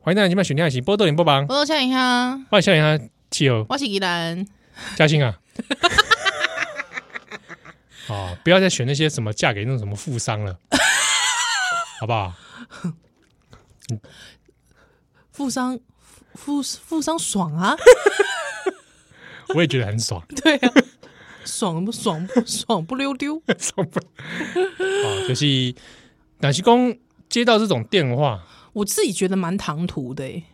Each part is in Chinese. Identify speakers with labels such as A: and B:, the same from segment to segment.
A: 欢迎大家今晚选听的是波多连播榜，
B: 我笑一下，
A: 欢迎笑脸啊，气候
B: 我是宜兰，
A: 嘉欣 啊。哦，不要再选那些什么嫁给那种什么富商了，好不好？
B: 富商富富商爽啊，
A: 我也觉得很爽，
B: 对啊，爽不爽不爽不溜丢，
A: 爽不？哦，就是哪些公接到这种电话，
B: 我自己觉得蛮唐突的、欸，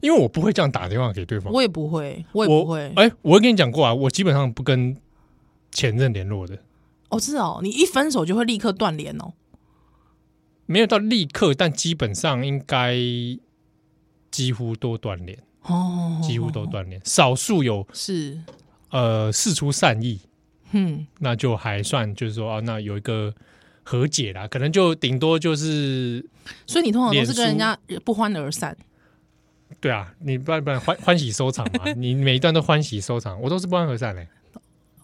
A: 因为我不会这样打电话给对方，
B: 我也不会，我也不会，
A: 哎、哦我跟你讲过啊，我基本上不跟前任联络的，
B: 哦是哦，你一分手就会立刻断联哦，
A: 没有到立刻，但基本上应该几乎都断联，
B: 哦，
A: 几乎都断联，少数有
B: 是，
A: 呃事出善意，
B: 嗯，
A: 那就还算就是说啊，那有一个和解啦，可能就顶多就是
B: 所以你通常都是跟
A: 脸
B: 人
A: 书
B: 家不欢而散，
A: 对啊，你不然不然欢欢喜收场 嘛，你每一段都欢喜收场，我都是不欢而散嘞、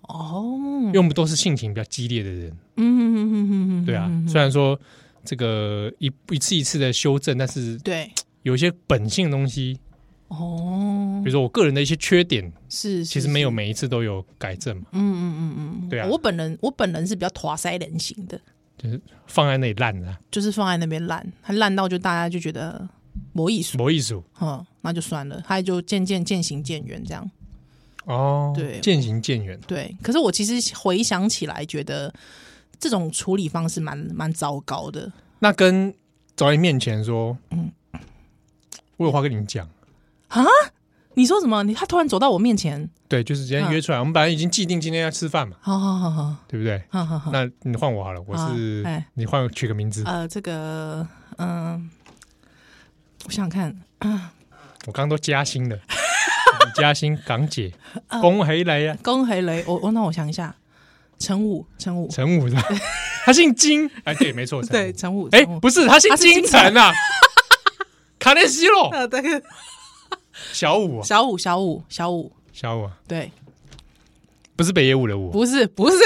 B: 哦，
A: 因为我们都是性情比较激烈的人，
B: 嗯嗯嗯嗯嗯，
A: 对啊，虽然说这个一一次一次的修正，但是
B: 对，
A: 有一些本性的东西，
B: 哦
A: 比，如说我个人的一些缺点，
B: 是，
A: 其
B: 是
A: 实没有，
B: 是
A: 每一次都有改正嘛，
B: 嗯嗯嗯嗯，
A: 对啊
B: 我本人我本人是比较驼腮人型的，
A: 放在那里烂了，
B: 就是放在那边烂，它烂到就大家就觉得没艺术，
A: 没意思
B: 嗯，那就算了，它就渐渐渐行渐远这样。
A: 哦，
B: 对
A: 渐行渐远，
B: 对，可是我其实回想起来，觉得这种处理方式蛮蛮糟糕的。
A: 那跟走在你面前说，嗯，我有话跟你讲。
B: 你说什么？你他突然走到我面前，
A: 对，就是直接约出来。我们本来已经既定今天要吃饭嘛，
B: 嗯好好好好
A: 对不对？
B: 好好好，
A: 那你换我好了，我是
B: 啊哎
A: 你换我取个名字。
B: 呃，这个嗯、我想想看，
A: 我刚刚都加薪 了，李嘉欣港姐，
B: 啊
A: 恭喜啊来呀，
B: 恭黑雷，我我那我想一下，陈武陈武，
A: 陈 武的，他姓金，哎，对，没错，陈武
B: 对，陈武，
A: 哎
B: 陈武，
A: 不是，他姓
B: 他是金
A: 金城啊，卡内西洛，
B: 呃，对，
A: 小武啊，
B: 小五小五小五，
A: 小武啊，
B: 对，
A: 不是北野武的武，
B: 不是不是，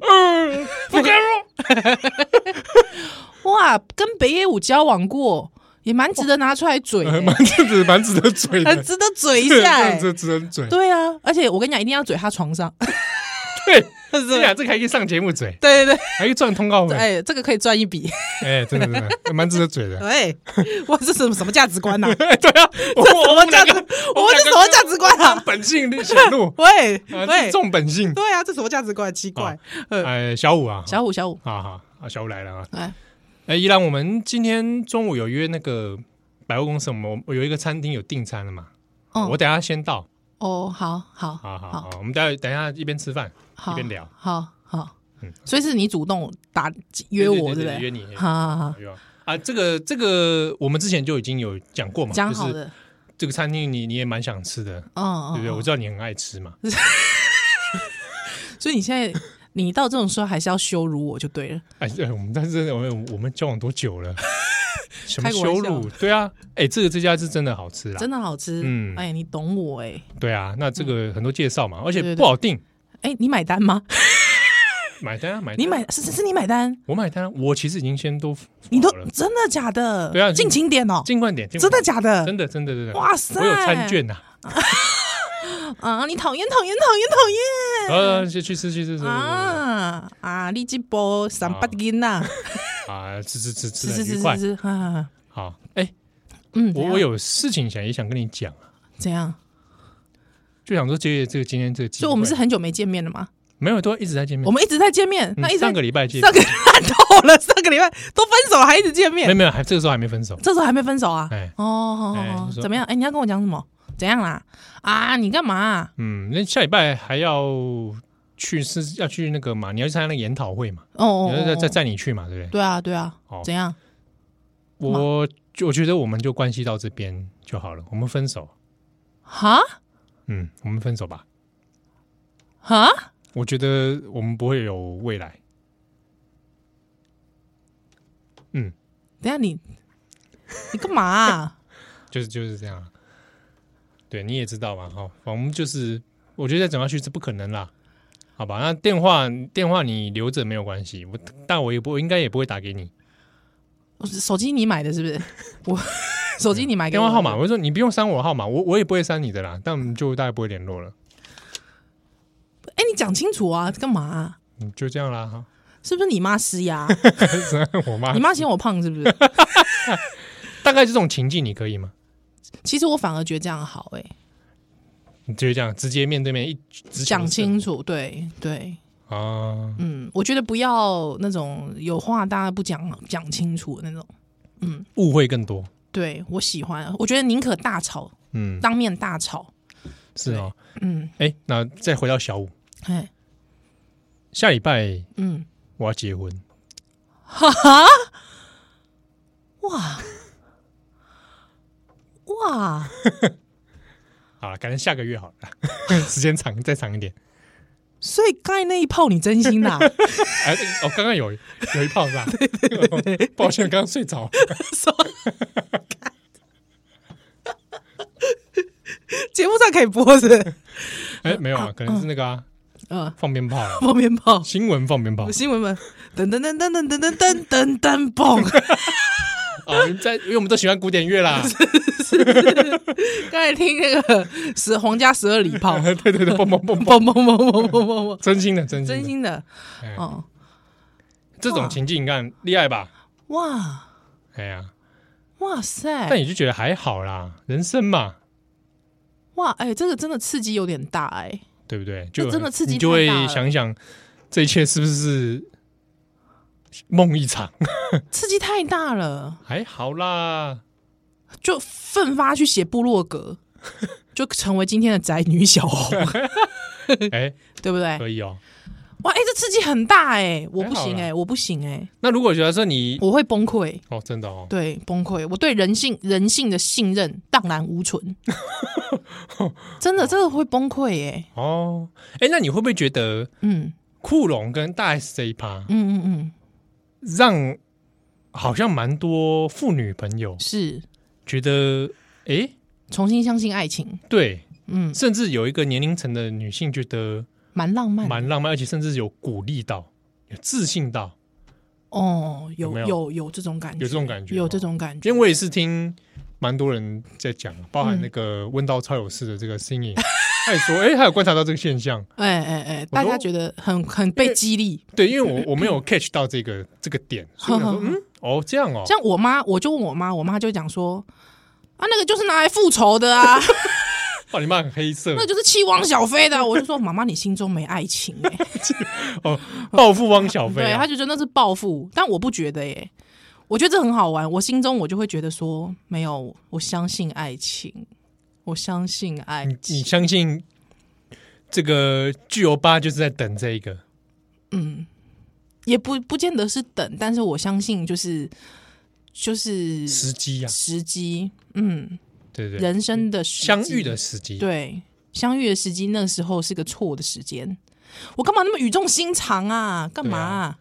A: 嗯不该入，
B: 哇，跟北野武交往过，也蛮值得拿出来嘴、
A: 蛮
B: 欸，
A: 值得，蛮值得嘴
B: 很
A: 的，
B: 值得嘴 一下、欸，
A: 这值得嘴，
B: 对啊，而且我跟你讲，一定要嘴他床上，
A: 对，
B: 是
A: 这俩这个还可以上节目嘴，
B: 对对
A: 还可以赚通告
B: 对，
A: 费，
B: 哎，这个可以赚一 笔。
A: 哎，真的真的，蛮值得嘴的。
B: 哎，哇，这什么什么价值观呐、
A: 哎，对啊， 我我们
B: 价
A: 两
B: 值
A: 个，
B: 我们是什么价值观
A: 我
B: 啊，
A: 们两个本性的显露
B: 喂
A: 啊
B: 喂，
A: 重本性。
B: 对啊，这什么价值观？奇怪
A: 啊。哎，小五啊，
B: 小五，小五，
A: 好好啊，小五来了啊。
B: 哎，
A: 哎，依兰，我们今天中午有约那个百货公司，我们我有一个餐厅有订餐了嘛？
B: 嗯
A: 我等一下先到，
B: 哦，好好
A: 好好好，我们待会等一下一边吃饭一边聊，
B: 好好
A: 嗯。
B: 所以是你主动打约我，对不
A: 约
B: 对？
A: 你，
B: 好好好，
A: 约我啊，这个这个我们之前就已经有讲过嘛，
B: 讲
A: 就
B: 好
A: 是
B: 的，
A: 这个餐厅你你也蛮想吃的，
B: 嗯，
A: 对不对？
B: 嗯
A: 我知道你很爱吃嘛，
B: 所以你现在，你到这种时候还是要羞辱我就对了。
A: 哎，对我们但是我们我们交往多久 了？什么
B: 开个
A: 羞
B: 玩笑
A: 辱？对啊，哎，这个这家是真的好吃啦，
B: 真的好吃，
A: 嗯
B: 哎，你懂我哎，
A: 对啊，那这个很多介绍嘛，而
B: 对
A: 且
B: 嗯对对
A: 不好订，
B: 哎，你买单吗？
A: 买单啊，买单
B: 你买是是是你买单，
A: 我买单啊，我其实已经先都付
B: 你都
A: 好了
B: 真的假的？
A: 对啊
B: 尽情点哦，
A: 尽快点，尽快
B: 真的
A: 点
B: 假的？
A: 真的真的真的，
B: 哇塞
A: 我有餐券呐，
B: 啊！你讨厌讨厌讨厌讨厌
A: 呃，去去吃去吃去吃啊
B: 啊啊！你这波三八斤呐，
A: 啊，吃吃吃
B: 是
A: 吃很
B: 是
A: 愉
B: 是
A: 快
B: 是，是啊，
A: 好，哎，
B: 嗯，怎
A: 我
B: 样
A: 我有事情想也想跟你讲啊，
B: 怎样？
A: 就想说借这个今天这个机会，
B: 所以我们是很久没见面了嘛，
A: 没有都一直在见面
B: 我，们一直在见面，
A: 嗯
B: 那一直在
A: 上个礼拜见
B: 上，个烂透了，上个礼拜都分手了还一直见
A: 没有
B: 面，
A: 没有，还这个时候还没分手，
B: 这时候还没分手啊？
A: 哎，
B: 哦哦，
A: 哎
B: 哦
A: 你说
B: 怎么样？哎，你要跟我讲什么？怎样啦？啊，你干嘛？
A: 嗯，那下礼拜还要去是要去那个嘛，你要去参加那个研讨会嘛，
B: 哦哦
A: 你
B: 哦
A: 要再再
B: 哦，
A: 载你去嘛，对不对？
B: 对啊对啊
A: 哦，
B: 怎样？
A: 我我觉得我们就关系到这边就好了，我们分手。
B: 哈
A: 嗯，我们分手吧。
B: 哈，
A: 我觉得我们不会有未来。嗯，
B: 等一下你你干嘛啊？
A: 就是就是这样啊。对，你也知道嘛，哈、我们就是，我觉得再走下去是不可能啦。好吧，那电话电话你留着没有关系，我但我也不我应该也不会打给你。
B: 手机你买的是不是？我手机你买给
A: 电
B: 我
A: 话号码，我就说你不用删我的号码，我我也不会删你的啦，但我们就大概不会联络了，
B: 哎，你讲清楚啊，干嘛啊、
A: 嗯，就这样啦。哈
B: 是不是你妈施压？
A: 我妈
B: 你妈嫌我胖是不是？
A: 大概这种情境，你可以吗？
B: 其实我反而觉得这样好哎、
A: 你就这样直接面对面一直
B: 讲清楚，对对，
A: 啊，
B: 嗯，我觉得不要那种有话大家不讲讲清楚的那种。
A: 误会更多。
B: 对我喜欢，啊我觉得宁可大吵，
A: 嗯，
B: 当面大吵，
A: 是哦。
B: 嗯，
A: 哎，那再回到小五，
B: 哎，
A: 下礼拜
B: 嗯，
A: 我要结婚，
B: 哈哈，哇哇，
A: 好了，改成下个月好了， 时间长再长一点。
B: 所以刚才那一炮你真心 的啊、
A: 哎，哦，刚刚有有一炮是吧？ 抱歉，刚刚睡着。
B: 节目上可以播是不 是？
A: 哎，没有啊，可能是那个啊，
B: 嗯，
A: 放鞭炮啊，
B: 放鞭炮，
A: 新闻放鞭炮
B: 新闻们噔噔噔噔噔噔噔噔噔嘣，
A: 啊，在因为我们都喜欢古典乐啦，
B: 刚才听那个十皇家十二礼炮，
A: 对对对，蹦蹦蹦蹦，
B: 嘣嘣嘣嘣嘣嘣嘣，
A: 真心的真心
B: 真
A: 的，
B: 心的
A: 哎
B: 哦，
A: 这种情境你看厉害吧？
B: 哇
A: 哎呀，
B: 哇塞，
A: 但你就觉得还好啦，人生嘛，
B: 哇，哎、这个真的刺激有点大哎、
A: 对不对？就
B: 真的刺激
A: 你就会
B: 太大了
A: 想一想这一切是不是梦一 场？
B: 刺激太大了，
A: 还好啦，
B: 就奋发去写部落格，就成为今天的宅女小红，
A: 哎，
B: 对不对？
A: 可以哦。
B: 哇，哎、这刺激很大哎、我不
A: 还好
B: 行
A: 啦
B: 哎、我不行哎、
A: 那如果觉得说你
B: 我会崩溃，
A: 哦，真的哦，
B: 对，崩溃。我对人性人性的信任荡然 无存，真的，这个会崩溃哎、
A: 哦，哎，那你会不会觉得
B: 嗯
A: 库龙跟大 S 这一趴
B: 嗯嗯嗯，
A: 让好像蛮多妇女朋友
B: 是
A: 觉得，哎，
B: 重新相信爱情，
A: 对，
B: 嗯，
A: 甚至有一个年龄层的女性觉得
B: 蛮浪漫的，
A: 蛮浪漫，而且甚至有鼓励到，有自信到，
B: 哦，有
A: 有没有
B: 有有这种感觉，
A: 有这种感觉
B: 嗯有
A: 哦
B: 这种感觉，
A: 因为我也是听蛮多人在讲，包含
B: 嗯
A: 那个温刀超有事的这个 singing，他 也说，哎、他有观察到这个现象，
B: 哎哎哎，
A: 我
B: 大
A: 说
B: 家觉得很很被激励。
A: 对，因为 我我没有 catch 到这个这个点，所以我想说，嗯，哦，这样哦，
B: 像我妈，我就问我妈，我妈就讲说。啊，那个就是拿来复仇 的啊，
A: 哇，你妈很黑色
B: 那个就是气汪小飞的啊、我就说，妈妈，你心中没爱情 哎、
A: 哦， 报复汪小菲、
B: 对，
A: 啊
B: 她，就觉得那是报复，但我不觉得耶、欸我觉得这很好玩。我心中我就会觉得说，没有，我相信爱情，我相信爱
A: 你你
B: 情。
A: 相信这个巨油吧就是在等这一个，
B: 也不不见得是等，但是我相信就是就是
A: 时机啊，
B: 时机，嗯，
A: 对对对，
B: 人生的时机
A: 相遇的时机，
B: 对相遇的时机，那时候是个错的时间。我干嘛那么语重心长啊？干嘛、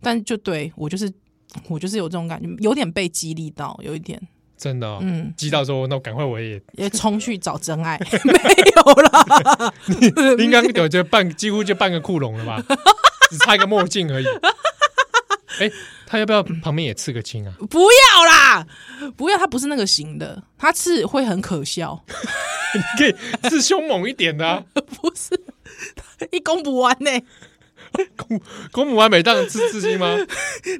B: 但就对我就是我就是有这种感觉，有点被激励到，有一点
A: 真的、哦，
B: 嗯，
A: 激到说，那我赶快我也
B: 也冲去找真爱，没有啦，
A: 应该有就半几乎就半个库龙了 吧，只差一个墨镜而已。哎、他要不要旁边也刺个 青啊？
B: 不要啦，不要，他不是那个型的，他是会很可笑，
A: 可以刺凶猛一点的、啊。
B: 不是一攻不完呢、
A: 公公母还没当刺刺青 吗？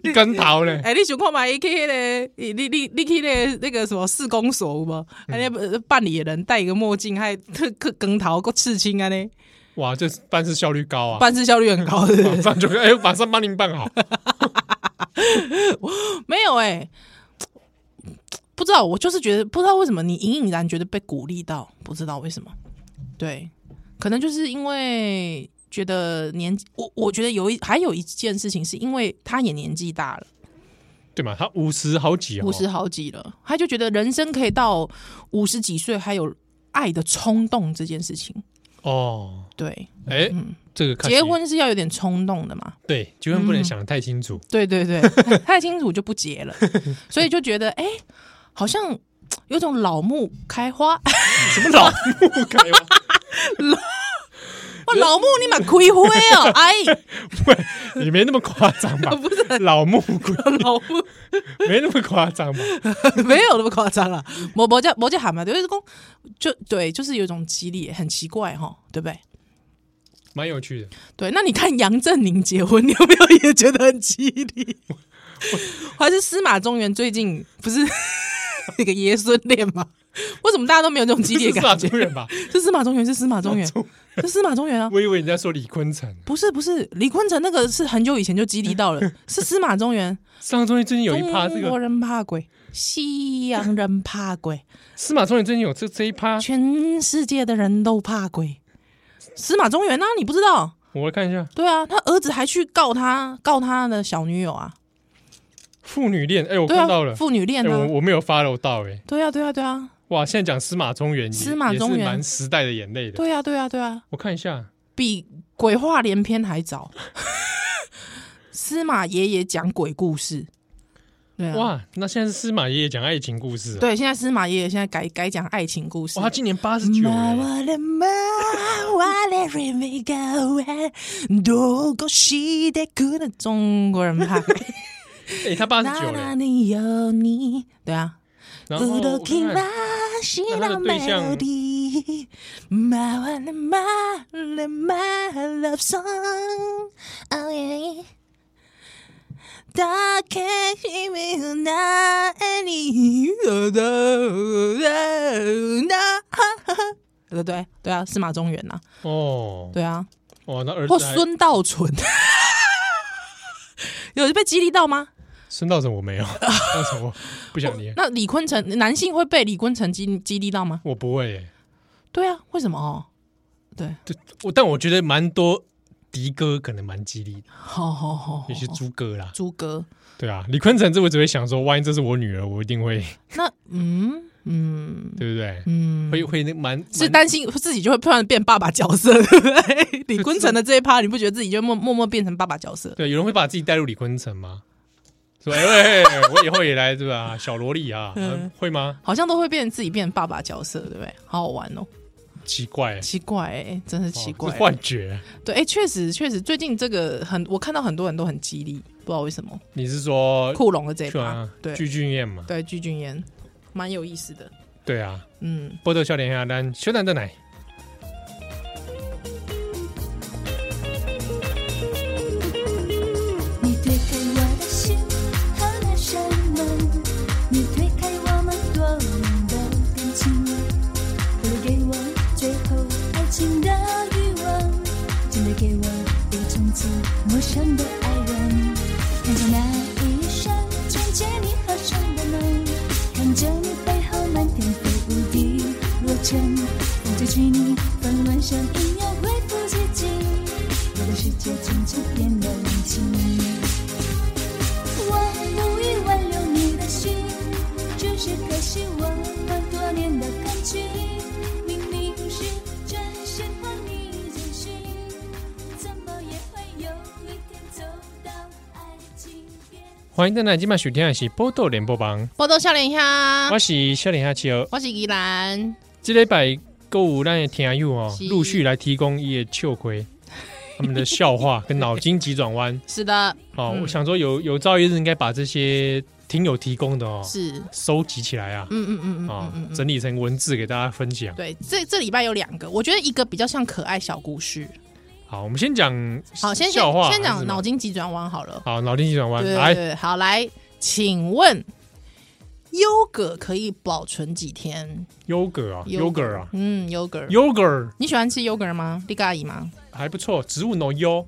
A: 一根桃嘞，
B: 哎、你想看嘛？A K 嘞，你你你你去嘞那个什么市公所有无？安尼、呃办理的人戴一个墨镜，还 特去跟头个刺青啊安尼，
A: 哇，这办事效率高啊！
B: 办事效率很高是不
A: 马
B: 是
A: 上就 哎、马上帮您办好。
B: 没有哎、不知道，我就是觉得不知道为什么你隐隐然觉得被鼓励到，不知道为什么。对，可能就是因为觉得年纪，我我觉得有一还有一件事情，是因为他也年纪大了。
A: 对嘛，他五十好几哦，
B: 五十好几了，他就觉得人生可以到五十几岁还有爱的冲动这件事情。
A: 哦，
B: 对，
A: 哎、这个看起
B: 嗯结婚嗯是要有点冲动的嘛。
A: 对结婚不能想得太清楚，
B: 对对 对，太清楚就不结了，所以就觉得哎、好像有种老木开花，
A: 啊 什么老木开花，
B: 哦，老木你蛮亏灰哦， 哎，
A: 也没那么夸张吧？
B: 不是
A: 老木鬼
B: 老木。
A: 没那么夸张吧？
B: 没有那么夸张啦，某某叫某叫喊嘛，就是讲就对，就是有一种激励，很奇怪哈，对不对？
A: 蛮有趣的。
B: 对，那你看杨振宁结婚，你有没有也觉得很激励？还是司马中原最近不是 那个爷孙恋吗？为什么大家都没有这种激烈
A: 是
B: 的
A: 司马
B: 感觉
A: 中？原吧？
B: 是司马中原，是司马中原，是司马中原啊！
A: 我以为你在说李坤城。
B: 不是不是，李坤城那个是很久以前就激励 到了，是司马中原。
A: 司马中原最近 有一趴这
B: 中国
A: 个，
B: 人怕鬼，西洋人怕鬼，
A: 司马中原最近有这这一趴，
B: 全世界的人都怕鬼。司马中原啊，你不知道？
A: 我来看一下
B: 对啊，他儿子还去告他，告他的小女友啊。
A: 父女恋。哎，我
B: 对
A: 看到
B: 啊，
A: 了，
B: 父女恋
A: 哎，我
B: 啊。
A: 我没有 follow 到哎。
B: 对啊，对啊，对啊，
A: 哇，现在讲司马中原也，
B: 司马中原
A: 也是蛮时代的眼泪的。
B: 对啊，对啊，对啊，
A: 我看一下，
B: 比鬼话连篇还早。 司马爷爷讲鬼故事。对啊。
A: 哇，那现在是司马爷爷讲爱情故事啊。
B: 对，现在司马爷爷现在改改讲爱情故事。
A: 哇，他今年八十九了。
B: 回るま我的夢がどこしてくる中国人派。
A: 哎，他八十九
B: な
A: 了。
B: によ你，对啊，
A: 然后我看看
B: し
A: 那他的对象
B: melody，回れ回れ my love song，oh yeah。だけ君の中に对对对啊，司马中原呐、
A: 哦，
B: 对啊，
A: 哇，那儿
B: 或
A: 子还
B: 孙道存，有被激励到吗？
A: 孙道成我 没有，孙道成我不想念，
B: 那李坤城男性会被李坤城激激励到吗？
A: 我不会耶。
B: 对啊，为什么哦？对，
A: 对，我但我觉得蛮多迪哥可能蛮激励的，
B: 好好好，好
A: 有些猪哥啦，
B: 猪哥，
A: 对啊，李坤城这我只会想说，万一这是我女儿，我一定会，
B: 那嗯嗯
A: 对不对？
B: 嗯，
A: 会会那蛮哎
B: 是
A: 蛮
B: 担心自己就会突然变爸爸角色， 对不对？李坤城的这一趴，你不觉得自己就默默默变成爸爸角色？
A: 对，有人会把自己带入李坤城吗？说哎喂，我以后也来对吧？ 小萝莉啊，
B: 嗯
A: 会吗？
B: 好像都会变自己变爸爸角色，对不对？好好玩哦，
A: 奇怪，
B: 奇怪、欸，真是奇怪、
A: 哦是幻觉。
B: 对，哎、确实确实，最近这个很，我看到很多人都很激励，不知道为什么，
A: 你是说
B: 库龙的这一
A: 去
B: 趴
A: 啊，？
B: 对
A: 具俊彦嘛？
B: 对，具俊彦蛮有意思的，
A: 对啊，
B: 嗯。
A: 波特笑脸下单，小蛋蛋奶。
C: 你推开我的心，好了扇门，你推开我们多年的感情，为了给我最后爱情的欲望，真的给我一种子陌生的爱人。看着那一扇纯洁你合上的门，看着你背后漫天飞舞的落尘，风吹去你纷乱声音又恢复寂静，我的世界渐渐变得冷清。我无意挽留你的心，只是可惜我们多年的感情，明明是真心换你真心，怎么也会有一天走到爱情边。
A: 欢迎蛋蛋，今晚收听的是波特联播榜，
B: 波多笑脸虾
A: 我，是笑脸下企鹅。
B: 我是宜兰，
A: 这礼拜购物让听友哦
B: 是，
A: 陆续来提供一些糗 亏，他们的笑话跟脑筋急转弯
B: 是的，
A: 哦。
B: 嗯
A: 我想说有有朝一日应该把这些听友提供的哦
B: 是，
A: 收集起来啊，
B: 嗯嗯嗯嗯嗯
A: 啊
B: 嗯，嗯，
A: 整理成文字给大家分享。
B: 对，这这礼拜有两个，我觉得一个比较像可爱小故事。
A: 好，我们先讲
B: 好，先
A: 笑话
B: 先先
A: 还
B: 讲
A: 是
B: 脑
A: 什么
B: 筋急转弯好了。
A: 好脑筋急转弯
B: 对对
A: 来
B: 对，好来，请问优格可以保存几天？
A: 优格啊，优格啊，
B: 嗯，优格，
A: 优格
B: 你喜欢吃优格吗？丽阿姨吗？
A: 还不错，植物农 优。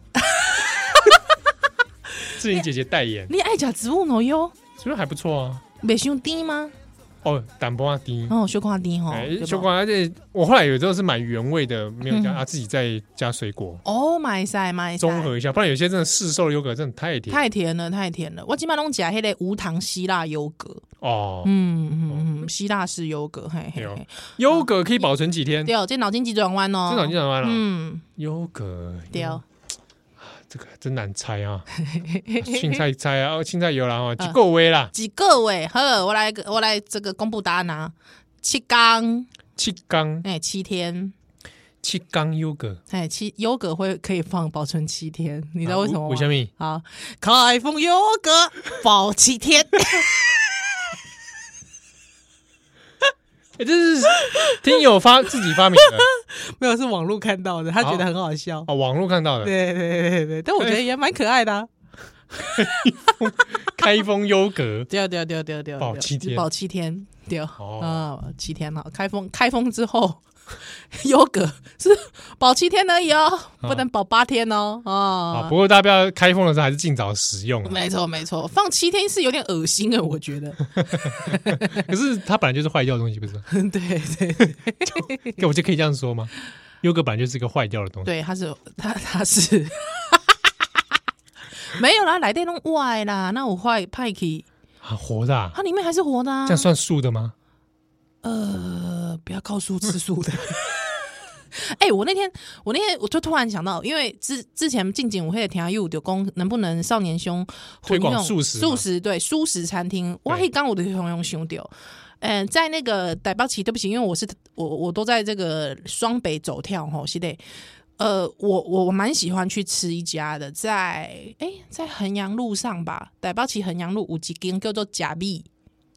A: 志玲姐姐代言，
B: 你爱吃植物奶油？
A: 是不是还不错啊？
B: 没胸低吗？
A: 哦，胆包啊低，
B: 哦，小看低吼，
A: 哎
B: 对，吧
A: 秋。瓜，而且我后来有时候是买原味的，没有加
B: 嗯
A: 啊，自己再加水果
B: 哦，买晒买
A: 综
B: 晒，
A: 合一下，不然有些真的市售优格真的太甜
B: 太甜了，太甜了。我今麦拢食迄个无糖希腊优格，
A: 哦。
B: 嗯嗯嗯，希腊式优格，嘿嘿
A: 对哦
B: 嘿。
A: 优格可以保存几天？
B: 对，这脑筋急转弯哦，
A: 这脑筋怎么办了？
B: 嗯，
A: 优格
B: 对哦。
A: 这个真难猜 啊，青菜猜啊，哦青菜有啦哦，
B: 嗯
A: 几个月啦，
B: 几个位？呵，我来个，我来这个公布答案啊。七天，
A: 七缸
B: 哎、七天，
A: 七缸 y o g
B: 哎，七优格会可以放保存七天，你
A: 你
B: 知道为什么吗？
A: 为什么？哎
B: 啊，开封优格保七天，
A: 哎，这是听友发自己发明 的
B: 没有是网络看到的，他觉得
A: 好
B: 很好笑。哎
A: 哦，网络看到的
B: 对对对对对，但我觉得也蛮可爱的、啊。
A: 开封优格，
B: 对啊对啊对啊对啊对啊，
A: 保
B: 对啊
A: 七天
B: 保七天，对啊，
A: 哦
B: 啊七天了，开封开封之后， 优格是保七天而已哦，不能保八天 哦
A: 啊，
B: 啊
A: 不。过大家不要开封的时候还是尽早使用 啊。
B: 没错，没错，放七天是有点恶心的，我觉得。
A: 可是它本来就是坏掉的东西， 不是？
B: 对对对
A: 我就可以这样说吗？优格本来就是一个坏掉的东西。
B: 对，他是他他是 没有啦，来电弄坏啦，那我坏派去，
A: 啊，活的、啊，
B: 它里面还是活的、啊。
A: 这样算素的吗？
B: 呃，不要告诉吃素的。 哎、我那天，我那天我就突然想到，因为之之前近景我会听有有公能不能少年兄
A: 推广
B: 混用
A: 素食嘛
B: 素食对素食餐厅，我可以刚我的朋友兄弟，嗯、在那个台北市，对不起，因为我是我我都在这个双北走跳吼，是的，呃，我我我蛮喜欢去吃一家的，在哎、在衡阳路上吧，台北市衡阳路有一间叫做假币，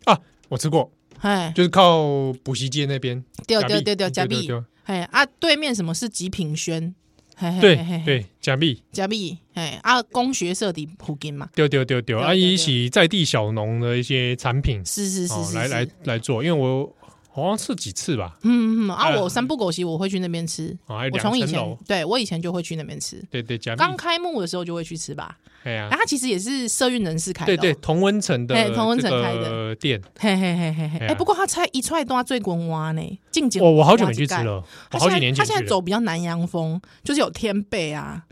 A: 啊，我吃过，
B: 哎，
A: 就是靠补习街那边。
B: 对
A: 假币
B: 对对对，假
A: 对
B: 币，嘿啊，对面什么是极品轩？嘿嘿
A: 对
B: 嘿嘿
A: 对，对，假币，
B: 假币，嘿啊，工学社的附近嘛，
A: 丢丢丢丢，
B: 对
A: 啊，
B: 对对
A: 一起在地小农的一些产品，
B: 是是是
A: 哦
B: 是，，
A: 来
B: 是
A: 来，来做，因为我好像吃几次吧，
B: 嗯嗯嗯啊，
A: 呃
B: 我三不狗席我会去那边吃，
A: 啊，还
B: 我
A: 两
B: 从以
A: 层
B: 前
A: 楼，
B: 对我以前就会去那边吃，
A: 对对，假币，
B: 刚开幕的时候就会去吃吧，
A: 哎呀
B: 啊，，它其实也是社运人士开的
A: 对
B: 哦，
A: 对，同温层的
B: 哎同温层
A: 这个
B: 开的
A: 店，
B: 嘿嘿嘿嘿嘿，
A: 哎
B: 哎、
A: 呀
B: 不过它菜一串多啊最滚蛙呢，近景
A: 我我好久没去吃，了，我
B: 它
A: 好几
B: 现在
A: 年前
B: 它现
A: 去
B: 在
A: 的
B: 走，比较南洋风，就是有天贝啊，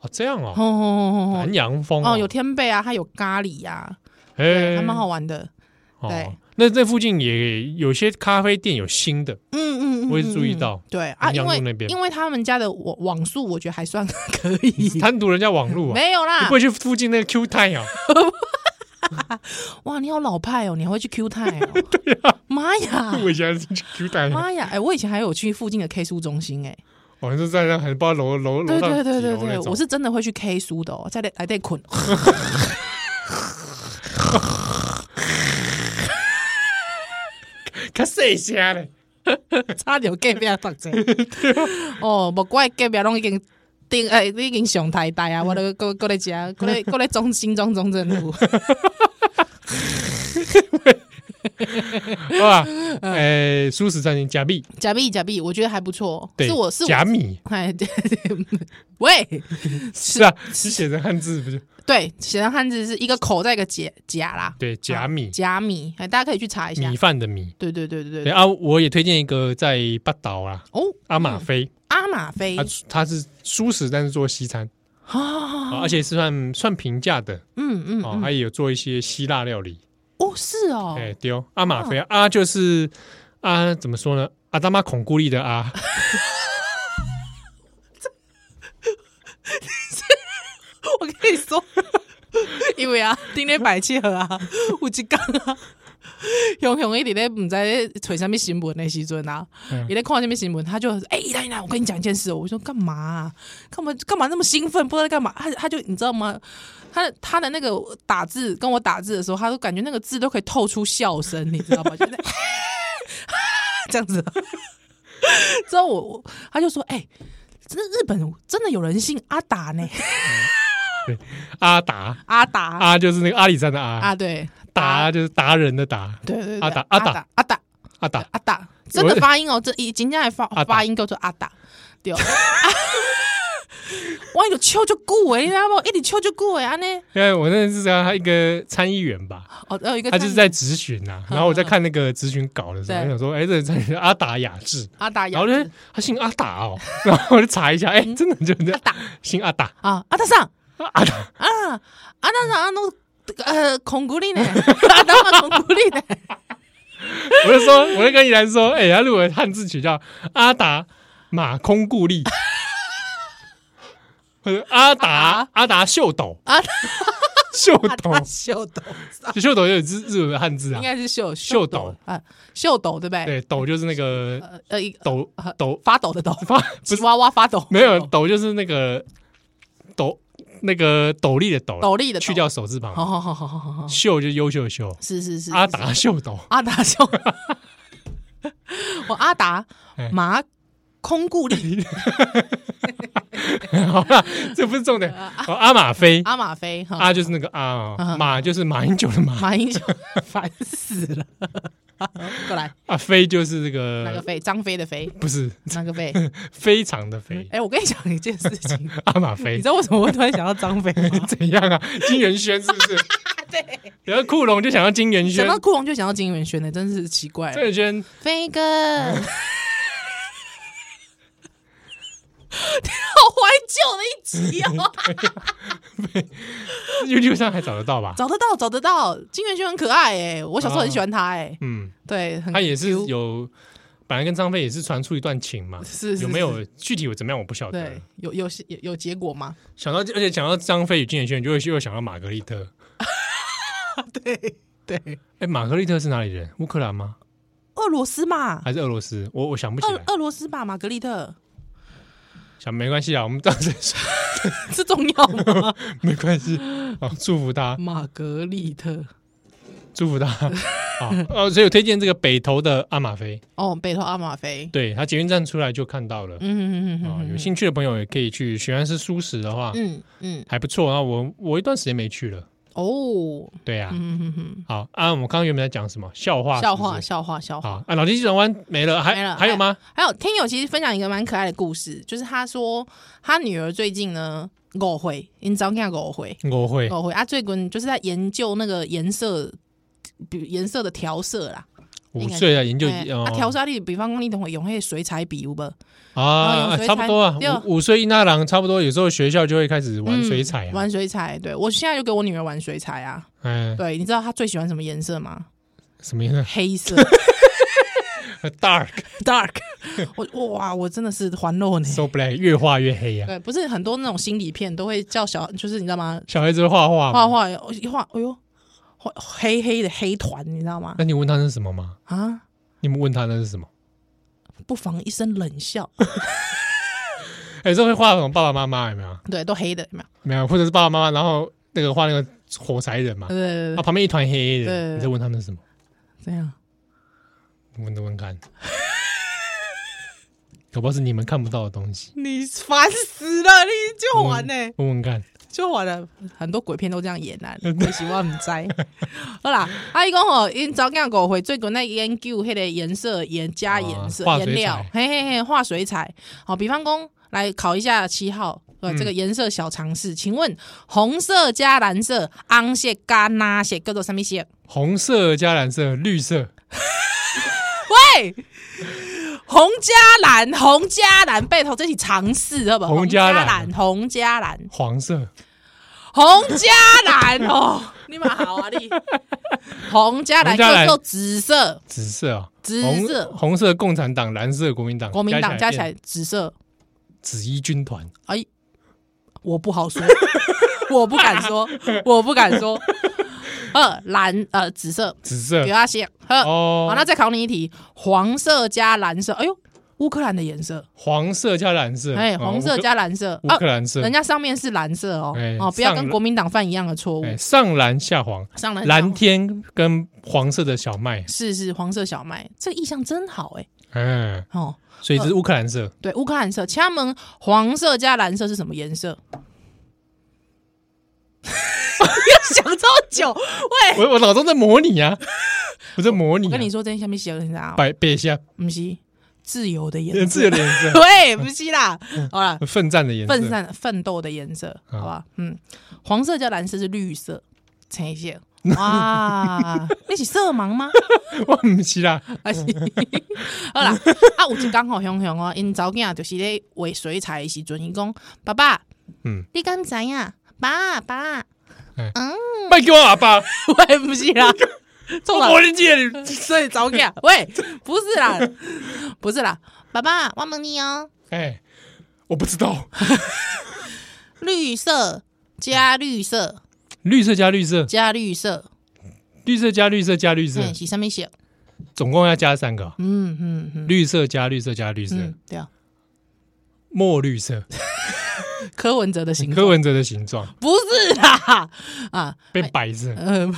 A: 哦，这样
B: 哦
A: 哦，
B: 哦哦哦
A: 南洋风
B: 哦，有，天贝啊，还有咖喱呀、
A: 哎，
B: 还蛮好玩的。
A: 哦
B: 对。
A: 那这附近也有些咖啡店有新的，
B: 嗯嗯，嗯
A: 我也是注意。
B: 嗯嗯
A: 到，
B: 对啊，
A: 衡阳
B: 因
A: 路
B: 为
A: 那边
B: 因为他们家的网网速，我觉得还算可 以。
A: 贪图人家网络啊，
B: 嗯没有
A: 你
B: 啦
A: 不，会去附近那个 Q 啊太 阳？
B: 哇，你好老派哦，你还会去 Q 泰哦？ 对呀，
A: 啊
B: 妈呀，
A: 我以前是去 Q 太阳，
B: 妈呀！哎，我以前还有去附近的 K 书中心， 哎，
A: 我哦是在那很不知道楼楼楼
B: 对
A: 上
B: 对
A: 几
B: 对对
A: 楼那
B: 对，
A: 种
B: 我是真的会去 K 书的哦，在那来在捆。
A: 较细声嘞，
B: 差点隔 壁读者。
A: 啊
B: 哦，无怪隔壁拢已经顶诶、已经上台台
A: 嗯
B: 啊！我都过过来食，过 来过来中心中中正路。 嗯
A: 好吧？哎，素食餐厅假币，
B: 假币假币，我觉得还不错。
A: 对，
B: 是我是我
A: 假 米，
B: 哎对对，喂，
A: 是啊，你写成汉字不是？
B: 对，写成汉字是一个口在一个假假啦，
A: 对，假米，
B: 啊假米，哎，大家可以去查一下
A: 米。饭的米。
B: 对对对对
A: 对
B: 对，
A: 啊，我也推荐一个在八岛啊，
B: 哦，
A: 阿玛菲，
B: 阿玛菲
A: 它它是素食，但是做西餐，
B: 啊，
A: 啊而且是算算平价的
B: 嗯嗯
A: 哦，
B: 嗯，
A: 它也有做一些希腊料理。
B: 哦是哦，
A: 哎，丢阿玛菲啊，就是啊，怎么说呢？阿达玛孔固力的啊阿，
B: 我跟你说，因为啊，顶咧摆气盒啊，有一工啊，雄雄一直咧唔知咧找什么新闻的时阵啊
A: 嗯，
B: 伊咧看什么新闻，他就哎依兰依兰，我跟你讲一件事哦，我说干嘛啊、干嘛干嘛那么兴奋？不知道在干嘛，他他就你知道吗？他的他的那个打字跟我打字的时候，他都感觉那个字都可以透出笑声，你知道吗？就是啊这样子。之后我我他就说，哎、这日本真的有人姓阿达呢，
A: 阿达
B: 阿达
A: 阿就是那个阿里山的阿，
B: 啊，对，
A: 达就是达人的达，
B: 对对对，
A: 阿达
B: 阿
A: 阿达
B: 达阿达
A: 阿达
B: 阿达，这个发音哦，这以今天的发
A: 阿达
B: 发音叫做阿达， 对。啊我有笑就久诶，你知道不？一直笑就久诶，安尼
A: 因为我那次知道他一个参议员吧，
B: 哦，呃，有一个
A: 他就是
B: 参嗯
A: 在咨询呐，然后我在看那个咨询稿的时候，我
B: 对
A: 想说，哎，这个参议员阿达雅致，
B: 阿达
A: 然后
B: 雅
A: 呢，他姓阿达哦， 然后我就查一下，哎，真的就是这
B: 嗯阿
A: 样
B: 达
A: 姓阿达，
B: 啊，阿达上
A: 阿达
B: 啊，阿达上阿侬呃孔古 力呢，阿达嘛孔古力呢，
A: 我就说，我就跟依兰说，哎，他如果汉字取叫阿达马空故 力，或者阿达阿达秀斗，
B: 阿达
A: 秀斗
B: 他，秀斗，
A: 秀斗也有日日文的汉字哦啊
B: 应，该是秀
A: 秀斗
B: 啊，秀斗对不对？
A: 对，斗就是那个
B: 呃呃，一个
A: 斗
B: 呃
A: 斗
B: 发抖的抖，
A: 发，不
B: 吉
A: 是
B: 娃娃发抖，
A: 没有斗就是那个斗那个斗笠的斗，
B: 斗笠的抖
A: 去，掉手字旁，
B: 好好好好好好好，
A: 秀就是优秀的秀，
B: 是是是，啊
A: 阿
B: 是
A: 达秀斗，
B: 阿达秀，我阿达
A: 哎
B: 麻空故 力
A: 好了， 这不是重点，哦阿马飞。
B: 阿马飞哈，
A: 阿就是那个阿啊，
B: 啊
A: 马就是马英九的马，
B: 马英九 烦死了， 过来
A: 啊飞就是这
B: 那个
A: 个
B: 飞张飞的 飞
A: 不是
B: 那个飞，
A: 非常的飞，
B: 哎，我跟你讲一件事情，
A: 阿马
B: 你
A: 飞？
B: 知道为什么我会突然想到张飞吗
A: 怎样啊？金元轩是不 是？对， 然后库龙就想要金元
B: 想
A: 轩，
B: 到库龙就想到金元轩的，哎真是奇怪
A: 金。元轩
B: 飞哥，你好怀旧的一集哦，
A: YouTube 上还找得 到吧？
B: 找得到找得到，金元轩很可爱哎，我小时候
A: 啊
B: 很喜欢他哎，
A: 嗯，
B: 对，很
A: 他也是
B: Q
A: 有，本来跟张飞也是传出一段情 嘛，
B: 是是
A: 有没有具体有怎么样我不晓
B: 对
A: 得。，
B: 有有有有结果吗？
A: 想到而且想到张飞与金元轩，就会又想到玛格丽特。
B: 对对，
A: 哎，玛格丽特是哪里人？乌克兰吗？
B: 俄罗斯嘛，
A: 还是俄啊罗斯？我我想不起
B: 俄
A: 来，
B: 俄罗斯吧，玛格丽 特，
A: 想没关系啊，我们到时候说
B: 这重要吗？
A: 没关系。好，祝福他，
B: 玛格丽特，
A: 祝福他。好，呃，所以我推荐这个北投的阿马飞，
B: 哦，北投阿马菲，
A: 对他捷运站出来就看到了。
B: 嗯嗯
A: 啊、有
B: 嗯
A: 兴趣的朋友也可以去。喜欢吃素食的话，
B: 嗯嗯，
A: 还不错。然后我我一段时间没去了，
B: 哦，
A: 对呀、啊。
B: 嗯嗯嗯
A: 好啊，我们刚刚原本在讲什么笑话
B: 嗯，
A: 是不
B: 笑
A: 是？
B: 话笑话笑话。
A: 好啊，脑筋急转弯没了，还
B: 哦没了
A: 还有吗？
B: 还有听友其实分享一个蛮可爱的故事，就是他说他女儿最近呢误会，你知道跟他误会，
A: 我会
B: 误会啊，最近就是在研究那个颜色，比如颜色的调色啦。
A: 五岁啊，研究
B: 哎
A: 哦
B: 啊，调色你比方讲你等会用那个水彩笔有无？
A: 啊
B: 然后
A: 啊，
B: 用水
A: 差不多啊
B: 彩对，
A: 五五岁一那郎差不多，有时候学校就会开始玩水彩
B: 嗯
A: 啊，
B: 玩水彩。对我现在就给我女儿玩水彩啊。
A: 嗯，
B: 对，你知道她最喜欢什么颜色 吗？
A: 什么样
B: 黑 色
A: ？Dark
B: ，dark。我哇，我真的是环肉呢。
A: so black，越画越黑呀、啊。
B: 对，不是很多那种心理片都会叫小，就是你知道吗？
A: 小孩子会画画
B: 画
A: 嘛，
B: 画一画，哎呦，画黑黑的黑团，你知道吗？
A: 那你问他那是什么吗？
B: 啊，
A: 你们问他那是什么？
B: 不妨一声冷笑。
A: 哎、这会画那种爸爸妈妈有没有？
B: 对，都黑的，有没有？
A: 没有，或者是爸爸妈妈，然后那个画那个火柴人嘛，
B: 对对对
A: 啊，
B: 对，
A: 旁边一团黑黑
B: 对对
A: 的，
B: 对
A: 你在问他们是什么？
B: 这样。
A: 问都问 看，搞不好是你们看不到的东西。
B: 你烦死了，你就玩呢、
A: 问问看，
B: 就完了，很多鬼片都这样演啊，
A: 嗯
B: 可惜我唔知。 好啦，阿姨讲吼，因早间狗会最近在研究迄个颜色、颜加颜色、
A: 啊
B: 颜料
A: 画水彩，
B: 嘿嘿嘿，画水彩。好，比方讲来考一下七号，呃，
A: 嗯
B: 这个颜色小常识，请问红色加蓝色、红色加哪色叫做什么色？
A: 红色加蓝色，绿色，
B: 喂，红加蓝，红加蓝，背头这是常识，好不好？
A: 红加蓝
B: 红加蓝，
A: 黄色，
B: 洪嘉兰哦， 你们好啊你。洪嘉兰
A: 洪嘉兰
B: 叫做紫色，
A: 紫色啊，
B: 紫色
A: 红红色共产党，蓝色国民党，
B: 国民党加起来
A: 变
B: 紫色。
A: 紫衣军团，
B: 哎，我不好说， 我不敢 说，我不敢说。呃，蓝呃紫色，
A: 紫色
B: 给。他写。呵，
A: 哦
B: 好，那再考你一题，黄色加蓝色。哎呦，乌克兰的颜色，
A: 黄色加蓝色，
B: 哎，
A: 哦
B: 黄色加蓝色
A: 乌克乌
B: 啊
A: 克，兰色，
B: 人家上面是蓝色哦
A: 哎，
B: 哦，不要
A: 上
B: 跟
A: 了
B: 国民党犯一样的错误。
A: 哎上蓝下黄，
B: 上蓝
A: 蓝天跟黄色的小麦，
B: 是是黄色小麦，这个意象真好哎
A: 嗯，
B: 哦。
A: 所以这是乌克兰色，
B: 对，乌克兰色。其他们黄色加蓝色是什么颜色？ 要想这么 久，喂，
A: 我我脑中在模拟 啊，我在模拟、
B: 我
A: 啊，
B: 跟你说，这下面写的是啥？
A: 摆背一下
B: 不是自由的颜
A: 呃
B: 色，
A: 自由的颜色，
B: 对，不是啦。好啦，
A: 奋战的颜色，
B: 奋战奋斗的颜色，好吧？嗯，黄色加蓝色是绿色，陈一 线。哇，你是色盲吗？
A: 我唔是啦，
B: 还啊是好 啦，啊，有一刚好熊熊哦，因早囝就是咧画水彩的时阵，伊讲爸爸，
A: 嗯，
B: 你敢知影？爸爸，
A: 卖给我喇叭，
B: 喂，不是 啦，错
A: 我
B: 了，
A: 魔力界
B: 所以早起啊，喂，不是啦，不是啦，爸爸，我问你哦，
A: 哎，我不知道，
B: 绿色加绿色
A: 绿色加绿色，
B: 加绿色，
A: 绿色加绿色加绿色
B: 嗯，，是上面写，
A: 总共要加三个啊，
B: 嗯嗯嗯，
A: 绿色加绿色加绿色，
B: 嗯，对啊，
A: 墨绿色，
B: 柯文哲的形
A: 柯
B: 状
A: 文哲的形状
B: 不是啦，啊，
A: 变白色，
B: 呃，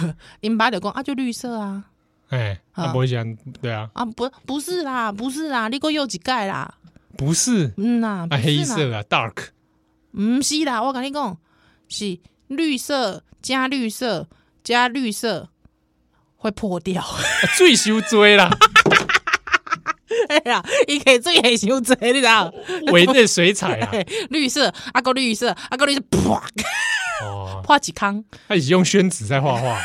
B: 零八的光啊，就绿色啊，
A: 哎，
B: 啊
A: 他不会讲对啊，
B: 啊不不是啦，不是啦，你给我又几盖啦，
A: 不是
B: 嗯呐，
A: 啊，
B: 不是
A: 黑
B: 啦
A: 色啊，dark
B: 唔是啦，我跟你讲，是绿色加绿色加绿色会破掉。
A: 啊最羞追啦，
B: 哎呀，伊给最黑修这，你知
A: 哦
B: 道？
A: 围内水彩啊，
B: 嘿绿色啊个绿色啊个绿色，啪
A: 哦，
B: 破几空，
A: 他已经用宣纸在画画，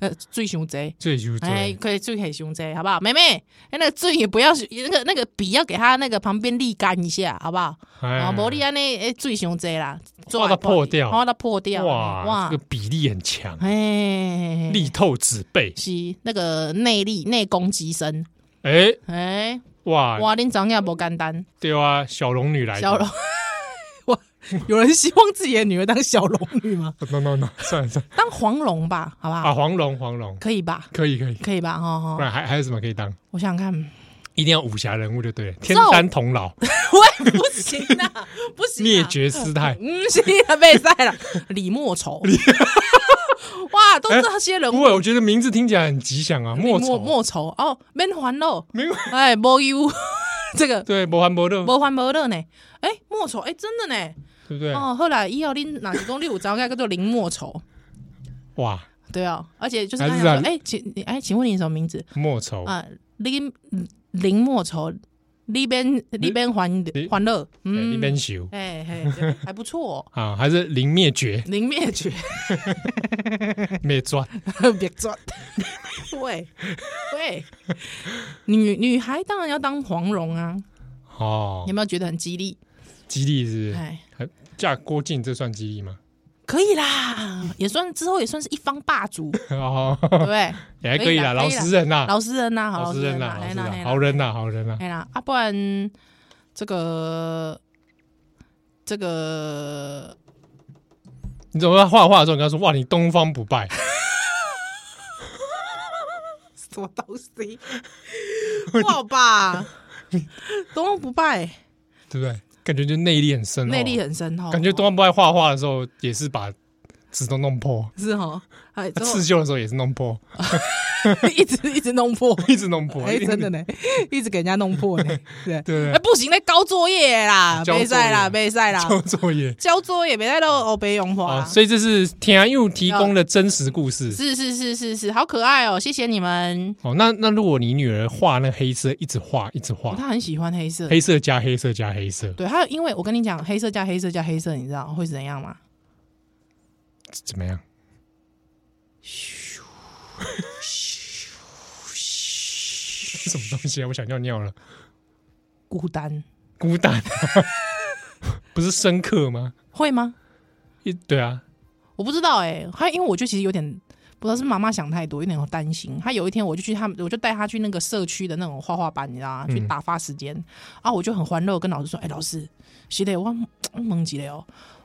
B: 呃，最凶贼。
A: 最羞
B: 哎，
A: 追，
B: 可以最黑凶贼，好不好？妹妹，哎，那个最也不要，那个那个笔要给他那个旁边沥干一下，好不好？啊，
A: 哎
B: 无你安尼，哎，最凶贼啦，
A: 画到破掉
B: 画到哦破掉，
A: 哇哇，这个比例很强，
B: 哎，
A: 力透纸背，
B: 是那个内力内功极深，
A: 哎，
B: 哎、
A: 哇，
B: 哇，恁长也无简单，
A: 对啊，小龙女来的，
B: 小 龙， 哇，有人希望自己的女儿当小龙女 吗？
A: ，no no no，算了算了，
B: 当黄龙吧，好不好？哦
A: 啊，黄龙黄龙，
B: 可以吧？
A: 可以可以，
B: 可以吧？哈
A: 不
B: 哈，
A: 然还还有什么可以当？
B: 我想想看，
A: 一定要武侠人物就对了，天
B: 知道
A: 山童 姥、
B: 喂，不行啊， 不行、啊，
A: 灭，绝师太，
B: 嗯，行啊，被赛了，李莫 愁，哇，都这些人
A: 不
B: 物，
A: 会，我觉得名字听起来很吉祥啊，莫愁，
B: 嗯莫愁哦，免烦恼，
A: 没有
B: 哎，无忧，这个
A: 对，魔环伯乐，
B: 无烦无乐呢，哎，莫愁，哎，真的呢。
A: 对不对？
B: 哦，后来以后恁哪是讲你有找个叫做林莫愁，
A: 哇，
B: 对哦，而且就是
A: 还
B: 他
A: 是哦
B: 想说，
A: 啊
B: 哎、请你哎，请问你什么名字
A: 莫愁，哎
B: 啊？林林莫愁，里边里边欢
A: 你
B: 欢乐，
A: 对
B: 嗯，
A: 一边修。
B: 哎嘿，对还不错、哦
A: 啊，还是林灭 绝
B: 林灭绝，
A: 灭抓，
B: 别转。 喂喂，女女孩当然要当黄蓉啊！
A: 哦
B: 有，没有觉得很激励？
A: 激励是不是
B: 哎，
A: 还嫁郭靖，这算激励吗？
B: 可以啦，也算之后也算是一方霸 主，
A: 哦，
B: 对不对？
A: 也还可以啦，
B: 可以啦
A: 老实人啦，
B: 老实 人呐，好
A: 实
B: 人
A: 人啦，老
B: 嘿
A: 实
B: 啦
A: 人，
B: 嘿啦
A: 好人啦，好人啦，
B: 哎啦，啊，不然这个这个
A: 你怎么在画画的时候，你跟他说哇，你东方不 败，
B: 什么 东西？不好吧？ 东方不败，
A: 对不对？感觉就内力很深哦，
B: 内力很深哦，
A: 感觉东方不败画画的时候也是把纸都弄破，
B: 是哦，哎，
A: 他
B: 之
A: 刺绣的时啊候也是弄破，
B: 后 一直一直弄破，
A: 一直弄破，
B: 哎，
A: 一直
B: 真的呢，一直给人家弄破呢，对。
A: 对
B: 哎、
A: 不
B: 不行，那交作业啦，
A: 交作业
B: 没赛啦，没赛
A: 对？，
B: 啦
A: 交作业
B: 交作业没赛到欧北哦用华
A: 啊，
B: 啦。
A: 所以这是天佑提供的真实故事
B: 是是是是是，好可爱哦，谢谢你们。
A: 哦。那那如果你女儿画那黑色，一直画一直画，
B: 哦他很喜欢黑色，
A: 哦黑色加黑色加黑色，
B: 对，还有因为我跟你讲，黑色加黑色加黑色，你知道会怎样吗？
A: 怎么样？ 什么东西啊？我想尿尿了，
B: 孤单，
A: 孤单，啊 不是深刻吗？
B: 会吗？
A: 一对啊，
B: 我不知道哎、还因为我就其实有点不知道是妈妈想太多，有点担心。她有一天我就去他们，我就带她去那个社区的那种画画班，你知道吗？去打发时间、啊，我就很欢乐，跟老师说：“哎、老师，是的，我我问一个哦，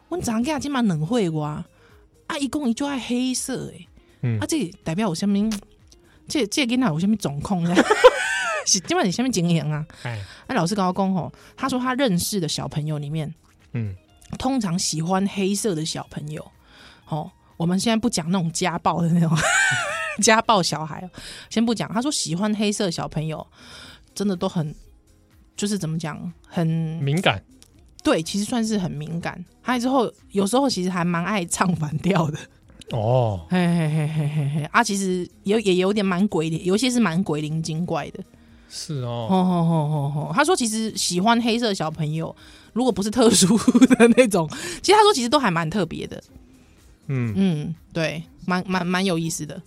B: 我昨下今晚两会我啊，伊讲伊就爱黑色哎、
A: 嗯
B: 啊，这代表有什么？这这个囡仔有什么状况呢？ 是今晚你什么情形啊？
A: 哎，
B: 哎、老师跟我讲吼，他说他认识的小朋友里面。”
A: 嗯，
B: 通常喜欢黑色的小朋友，哦，我们现在不讲那种家暴的那种 家暴小孩，哦先不讲。他说喜欢黑色小朋友，真的都很，就是怎么讲，很
A: 敏感
B: 对，其实算是很敏感。还之后有时候其实还蛮爱唱反调的，
A: 哦，
B: 嘿嘿嘿嘿嘿嘿啊，其实也也有点蛮鬼的，有一些是蛮鬼灵精怪的。
A: 是哦，
B: 哦哦哦哦哦，他说其实喜欢黑色小朋友，如果不是特殊的那种，其实他说其实都还蛮特别的。
A: 嗯，
B: 嗯，对，蛮蛮蛮有意思的。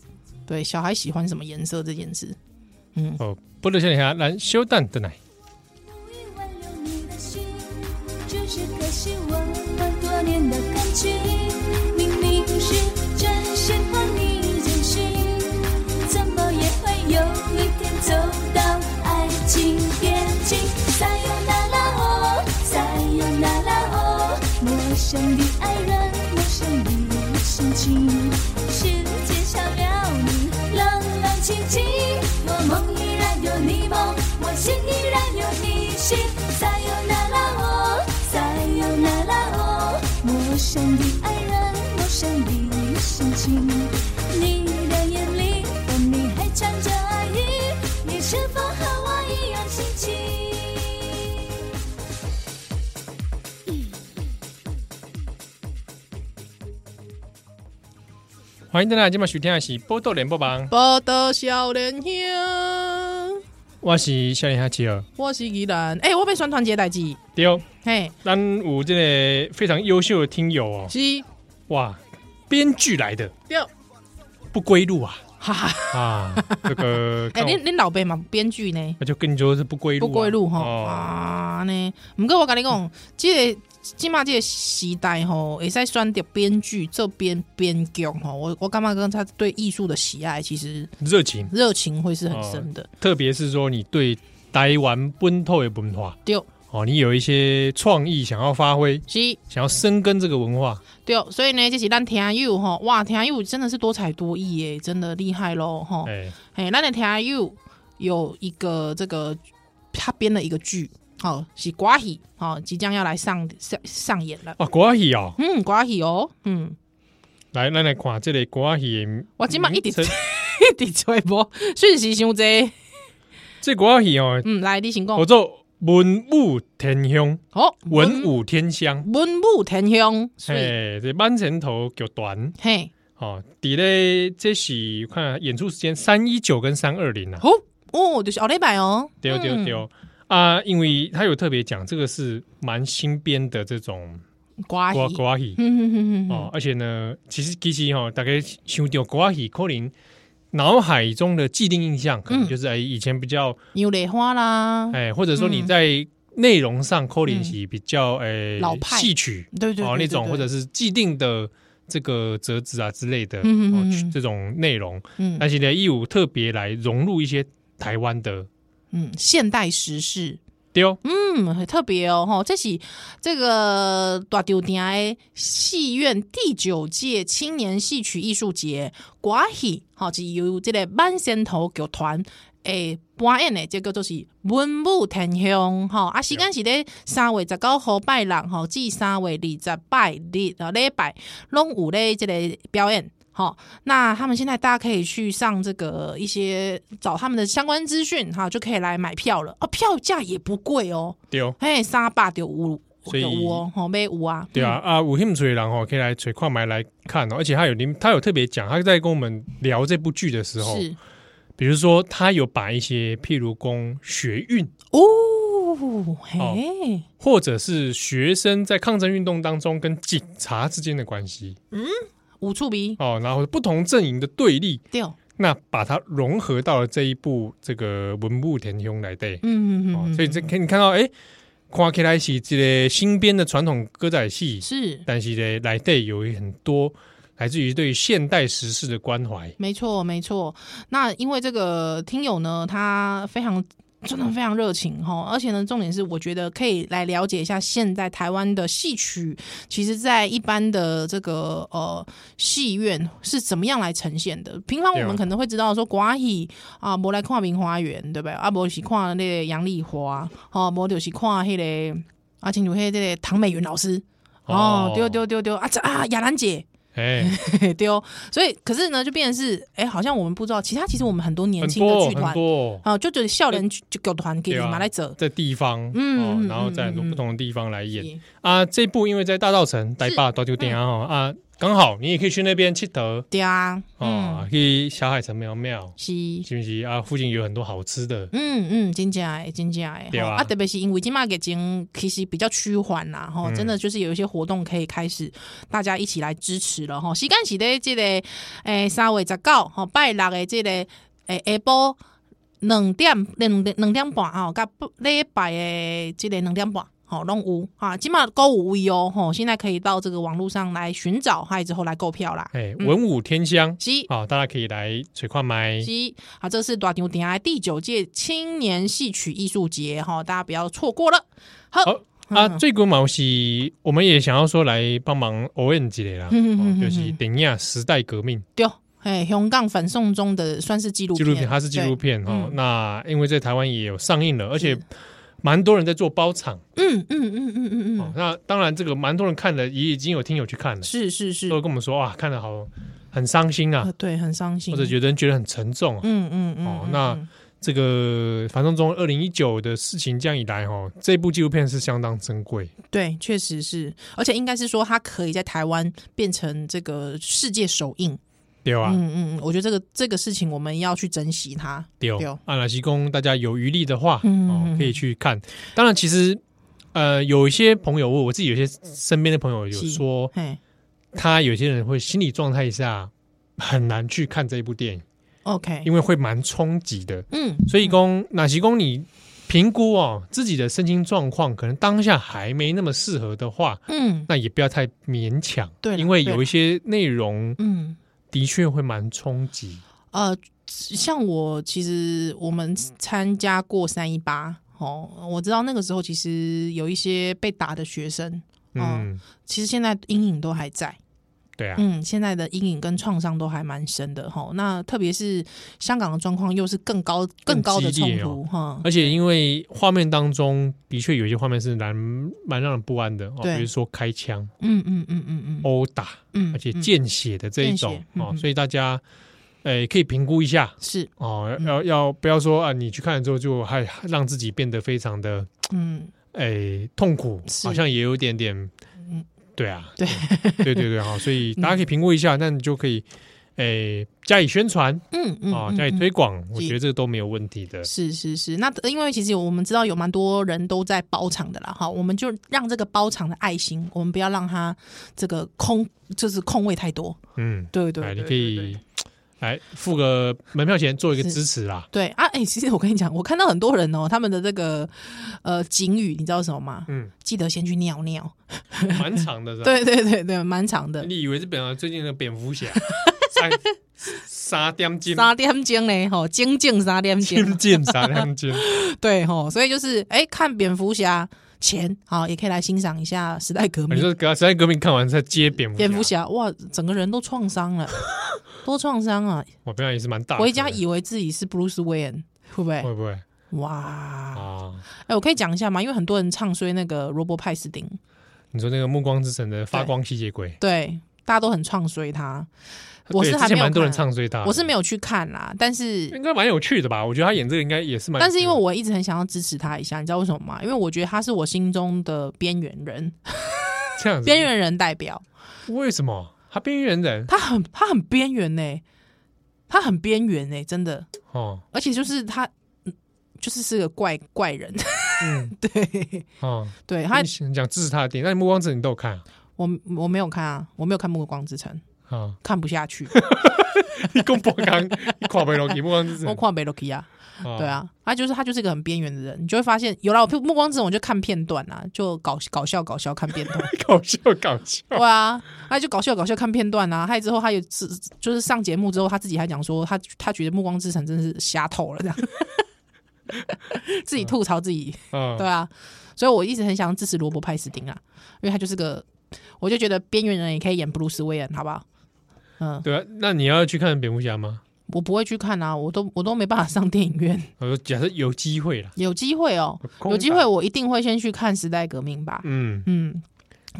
B: 对，小孩喜欢什么颜色这件事，
A: 哦，不能像你下咱小等等来。
C: 无意挽留你的心，只是可惜我们多年的感情，明明是真心换你真心，怎么也会有一天走到爱情边境。撒哟那拉哦，撒哟那拉哦，陌生的爱人，陌生的心情，心情。
A: 欢迎大家今晚收听的是《波多连播榜》，
B: 报道少年兄，
A: 我是少年哈奇尔。
B: 我是宜兰。哎、我被选团结代志，
A: 对哦，
B: 嘿，
A: 咱有这个非常优秀的听友哦，
B: 是
A: 哇，编剧来的
B: 对，哎
A: 不归路啊
B: 哈哈。
A: 啊！这 个
B: 哎、
A: 看我
B: 恁恁老爸嘛，编剧呢，
A: 那就跟你说是不归路啊、
B: 不归路吼、
A: 哦，
B: 啊呢。毋过我跟你讲，即、个即码即个时代吼，会使选择编剧这边编剧吼，我我感觉跟他对艺术的喜爱，其实
A: 热情，
B: 热情会是很深的。
A: 特别是说你对台湾本土的文化
B: 对
A: 哦，你有一些创意想要发挥，
B: 是，
A: 想要深耕这个文化，
B: 对，所以呢，这是咱听友吼，哇，听友真的是多才多艺耶，真的厉害喽吼。
A: 哎、
B: 嘿，咱的听友有一个这个他编了一个剧，好、是瓜戏，好、即将要来上上上演了。
A: 哇，国语哦，
B: 嗯，瓜戏哦，嗯，
A: 来，咱来看这个国语的名称，
B: 我今嘛一直
A: 嗯
B: 一直吹波讯息伤济，
A: 这国语哦，
B: 嗯，来你先讲嗯
A: 叫，做文武天香，
B: 好，
A: 文武天香。
B: 文武天香，所以
A: 嘿，这满城头剧团
B: 嘿，
A: 哦，伫咧这是我看演出时间三一九跟三二零啊，
B: 好哦，就是后礼拜哦，
A: 对对
B: 嗯
A: 对啊，因为他有特别讲，这个是蛮新编的这种
B: 嗯瓜戏
A: 歌，歌戏
B: 嗯哼哼哼
A: 哦
B: 哼，，
A: 而且呢，其实其实哦，大概想到歌戏，可能脑海中的既定印象可
B: 嗯
A: 能就是哎以前比较
B: 牛蕾花啦，
A: 哎，或者说你
B: 嗯
A: 在内容上可能是比较哎
B: 老派
A: 戏曲
B: 对对对
A: 哦那种，或者
B: 是
A: 是既定的这个折子啊之类的，
B: 嗯嗯
A: 哦
B: 嗯
A: 去
B: 嗯
A: 这种内容，
B: 嗯
A: 但是呢，义务特别来融入一些台湾的哦
B: 嗯现代时事，
A: 丢
B: 嗯，很特别哦，吼，这是这个大丢鼎的戏院第九届青年戏曲艺术节，歌戏吼是由这个万仙头剧团诶扮演的，这个就是文武天香吼，啊，时间是咧三月十九号拜六吼，至三月二十拜日啊礼拜，拢有咧这个表演。好，那他们现在大家可以去上这个一些找他们的相关资讯哈，就可以来买票了哦，票价也不贵哦，
A: 丢，
B: 嘿，三百就有，
A: 所以
B: 就有哦，吼买有啊，
A: 对啊啊，有兴趣的人哦，可以来垂矿买来看哦，而且他有您他有特别讲，他在跟我们聊这部剧的时
B: 嗯，
A: 候，
B: 是
A: 比如说他有把一些譬如公学运
B: 哦，嘿，
A: 或者是学生在抗争运动当中跟警察之间的关系
B: 五处鼻
A: 哦，然后不同阵营的对立，
B: 对，嗯
A: 那把它融合到了这一部这个文部田兄来对。
B: 嗯嗯
A: 哦
B: 嗯，，
A: 所以这可以看到，哎、看起来是这个新编的传统歌仔戏，
B: 是
A: 但是呢，来对有很多来自于对现代时事的关怀。
B: 没错，没错。那因为这个听友呢，他非常真的非常热情哈，而且呢，重点是我觉得可以来了解一下现在台湾的戏曲，其实在一般的这个呃戏院是怎么样来呈现的。平常
A: 对啊
B: 我们可能会知道说，瓜戏啊，无来看明花园，对不对？啊，无是看那个杨丽花，哦，无就是看那个啊，亲像迄个唐美云老师。哦，丢丢丢丢啊！这啊，雅兰姐，
A: 哎、
B: 嗯 丢，哦所以可是呢，就变成是，哎、好像我们不知道，其他其实我们很多年
A: 很
B: 轻
A: 多
B: 的
A: 哦
B: 剧
A: 很
B: 团
A: 多哦
B: 啊，就就是笑脸就狗团给你
A: 对啊
B: 嘛来走，
A: 在地方，
B: 嗯
A: 嗯，
B: 嗯
A: 然后在很多
B: 嗯嗯
A: 不同的地方来演、
B: 是
A: 啊。这部因为在大稻城、台坝、大酒店啊，哦啊，刚好你也可以去那边去得
B: 对啊，
A: 啊，
B: 嗯，
A: 去小海城庙庙，
B: 是，
A: 是不是啊？附近有很多好吃的，
B: 嗯嗯，真正诶，真正诶，
A: 对
B: 吼
A: 啊
B: 啊，特别是因为今嘛疫情其实比较趋缓啦，
A: 嗯
B: 吼，真的就是有一些活动可以开始大家一起来支持了，吼，时间是咧即个诶三月十九，吼，拜六诶即个诶下晡。两点两两点半吼，甲礼拜的即个两点半吼拢有啊，即码购有位哦吼，现在可以到这个网络上来寻找，还有之后来购票啦。
A: 哎、
B: 嗯
A: 文武天香，
B: 是
A: 好、大家可以来水矿买，
B: 是啊，这是大牛鼎啊第九届青年戏曲艺术节哈，大家不要错过了。好，
A: 好啊，
B: 嗯
A: 最古毛是，我们也想要说来帮忙 O N 之类啦，
B: 嗯嗯嗯
A: 哦
B: 嗯
A: 就是等一下时代革命
B: 对，哎，香港反送中的算是纪录
A: 纪录片，它是纪录片
B: 对
A: 哦。
B: 嗯
A: 那因为在台湾也有上映了，而且
B: 是
A: 蛮多人在做包场
B: 嗯嗯嗯嗯嗯
A: 哦
B: 嗯。，
A: 那当然，这个蛮多人看了，也已经有听友去看了，
B: 是是是
A: 都，跟我们说哇，看了好很伤心啊
B: 呃，对，很伤心，
A: 或者觉得觉得很沉重啊。
B: 嗯嗯嗯
A: 哦
B: 嗯，
A: 那
B: 嗯
A: 这个樊胜中二零一九的事情这样以来，哈，这部纪录片是相当珍贵。
B: 对，确实是，而且应该是说它可以在台湾变成这个世界首映。
A: 对吧？
B: 嗯嗯，嗯我觉得这个这个事情我们要去珍惜它。
A: 对
B: 对
A: 哦，阿拉西公，大家有余力的话，
B: 嗯
A: 哦，可以去看。当然，其实呃，有一些朋友，我我自己有些身边的朋友有
B: 是
A: 说，
B: 嘿
A: 他有些人会心理状态下很难去看这一部电影，
B: ，OK，
A: 因为会蛮冲击的。
B: 嗯，
A: 所以公哪西公，你评估哦自己的身心状况，可能当下还没那么适合的话，
B: 嗯
A: 那也不要太勉强。
B: 对啦
A: 因为
B: 对
A: 有一些内容
B: 嗯。
A: 的确会蛮冲击。
B: 呃，像我其实我们参加过三一八哦，我知道那个时候其实有一些被打的学生，嗯，
A: 嗯，
B: 其实现在阴影都还在，
A: 对啊，
B: 嗯，现在的阴影跟创伤都还蛮深的哈、哦。那特别是香港的状况又是更高
A: 更
B: 更高的
A: 激
B: 冲
A: 烈哦
B: 突哈，
A: 而且因为画面当中的确有一些画面是蛮蛮让人不安的哦，
B: 对
A: 比如说开枪、
B: 嗯嗯嗯嗯嗯嗯
A: 殴打，哦
B: 嗯，
A: 而且
B: 嗯
A: 见血的这一种
B: 见血嗯
A: 哦，
B: 嗯
A: 所以大家呃可以评估一下
B: 是
A: 哦，
B: 嗯
A: 要要不要说啊，你去看了之后就还让自己变得非常的
B: 嗯
A: 诶痛苦，
B: 是
A: 好像也有一点点，
B: 嗯
A: 对啊，
B: 对嗯
A: 对对对 哈，所以大家可以评估一下，那你就可以诶加以宣传
B: 嗯嗯
A: 啊，
B: 嗯
A: 加以
B: 嗯
A: 推广，我
B: 是
A: 觉得这个都没有问题的。
B: 是是是，那因为其实我们知道有蛮多人都在包场的啦，哈，我们就让这个包场的爱心，我们不要让它这个空，就是空位太多。
A: 嗯，
B: 对对
A: 哎，你
B: 对
A: 可
B: 对对
A: 以来付个门票钱，做一个
B: 是
A: 支持 啦。
B: 对啊，哎、其实我跟你讲，我看到很多人哦，他们的这个呃警语，你知道什么吗？
A: 嗯，
B: 记得先去尿尿。
A: 蛮长的，是吧？
B: 对对对对，蛮长的。
A: 你以为是本来最近的蝙蝠 侠三沙点金
B: 三点钟嘞，吼，精进三点
A: 金
B: 钟，
A: 剑沙点 金，
B: 对吼，所以就是，哎、看蝙蝠侠前，好，也可以来欣赏一下时代革
A: 你
B: 命。
A: 说《时代革命》看完再接蝙蝠
B: 蝙蝠，侠哇，整个人都创伤 了，多创伤啊！
A: 我朋友也是蛮大的。
B: 回家以为自己是 Bruce Wayne，会不会？
A: 会不会
B: 哇！
A: 啊？
B: 哎、我可以讲一下吗？因为很多人唱衰那个罗伯派斯汀，
A: 你说那个《暮光之城》的发光吸血鬼，
B: 对，大家都很唱衰他。
A: 对
B: 我是
A: 之
B: 还没
A: 前
B: 有
A: 蛮多人
B: 看啊
A: 唱衰他，
B: 我是没有去看啦，但是
A: 应该蛮有趣的吧？我觉得他演这个应该也是蛮有趣的，
B: 但是因为我一直很想要支持他一下，你知道为什么吗？因为我觉得他是我心中的边缘人，
A: 这样子
B: 边缘人代表，
A: 为什么他边缘人
B: 他很他很边缘呢、他很边缘呢，真的，
A: 哦，
B: 而且就是他。嗯就是是个怪怪人，
A: 嗯
B: 对
A: 哦，
B: 对，他
A: 他想讲支持他的电影，那《暮光之城》你都有看啊？
B: 我我没有看啊，我没有看《暮光之城》，
A: 啊，
B: 看不下去，
A: 你讲博刚，你跨不了去《暮光之城
B: 我》看没洛克啊，
A: 啊。
B: 对啊，他就是他就是一个很边缘的人，你就会发现有了《暮光之城》，我就看片段啊，就搞搞笑搞笑看片段，
A: 搞笑搞笑，
B: 对啊，他就搞笑搞笑看片段啊，还之后他有自就是上节目之后，他自己还讲说他他觉得《暮光之城》真是瞎透了这样， 自己吐槽自己，
A: 啊，
B: 对啊，所以我一直很想支持罗伯派斯汀啊，因为他就是个，我就觉得边缘人也可以演布鲁斯威恩，好不好？嗯，
A: 对啊，那你要去看蝙蝠侠吗？
B: 我不会去看啊，我都我都没办法上电影院。
A: 我说假设有机会啦，
B: 有机会哦，
A: 空
B: 有机会
A: 档，
B: 我一定会先去看《时代革命》吧。
A: 嗯，
B: 嗯，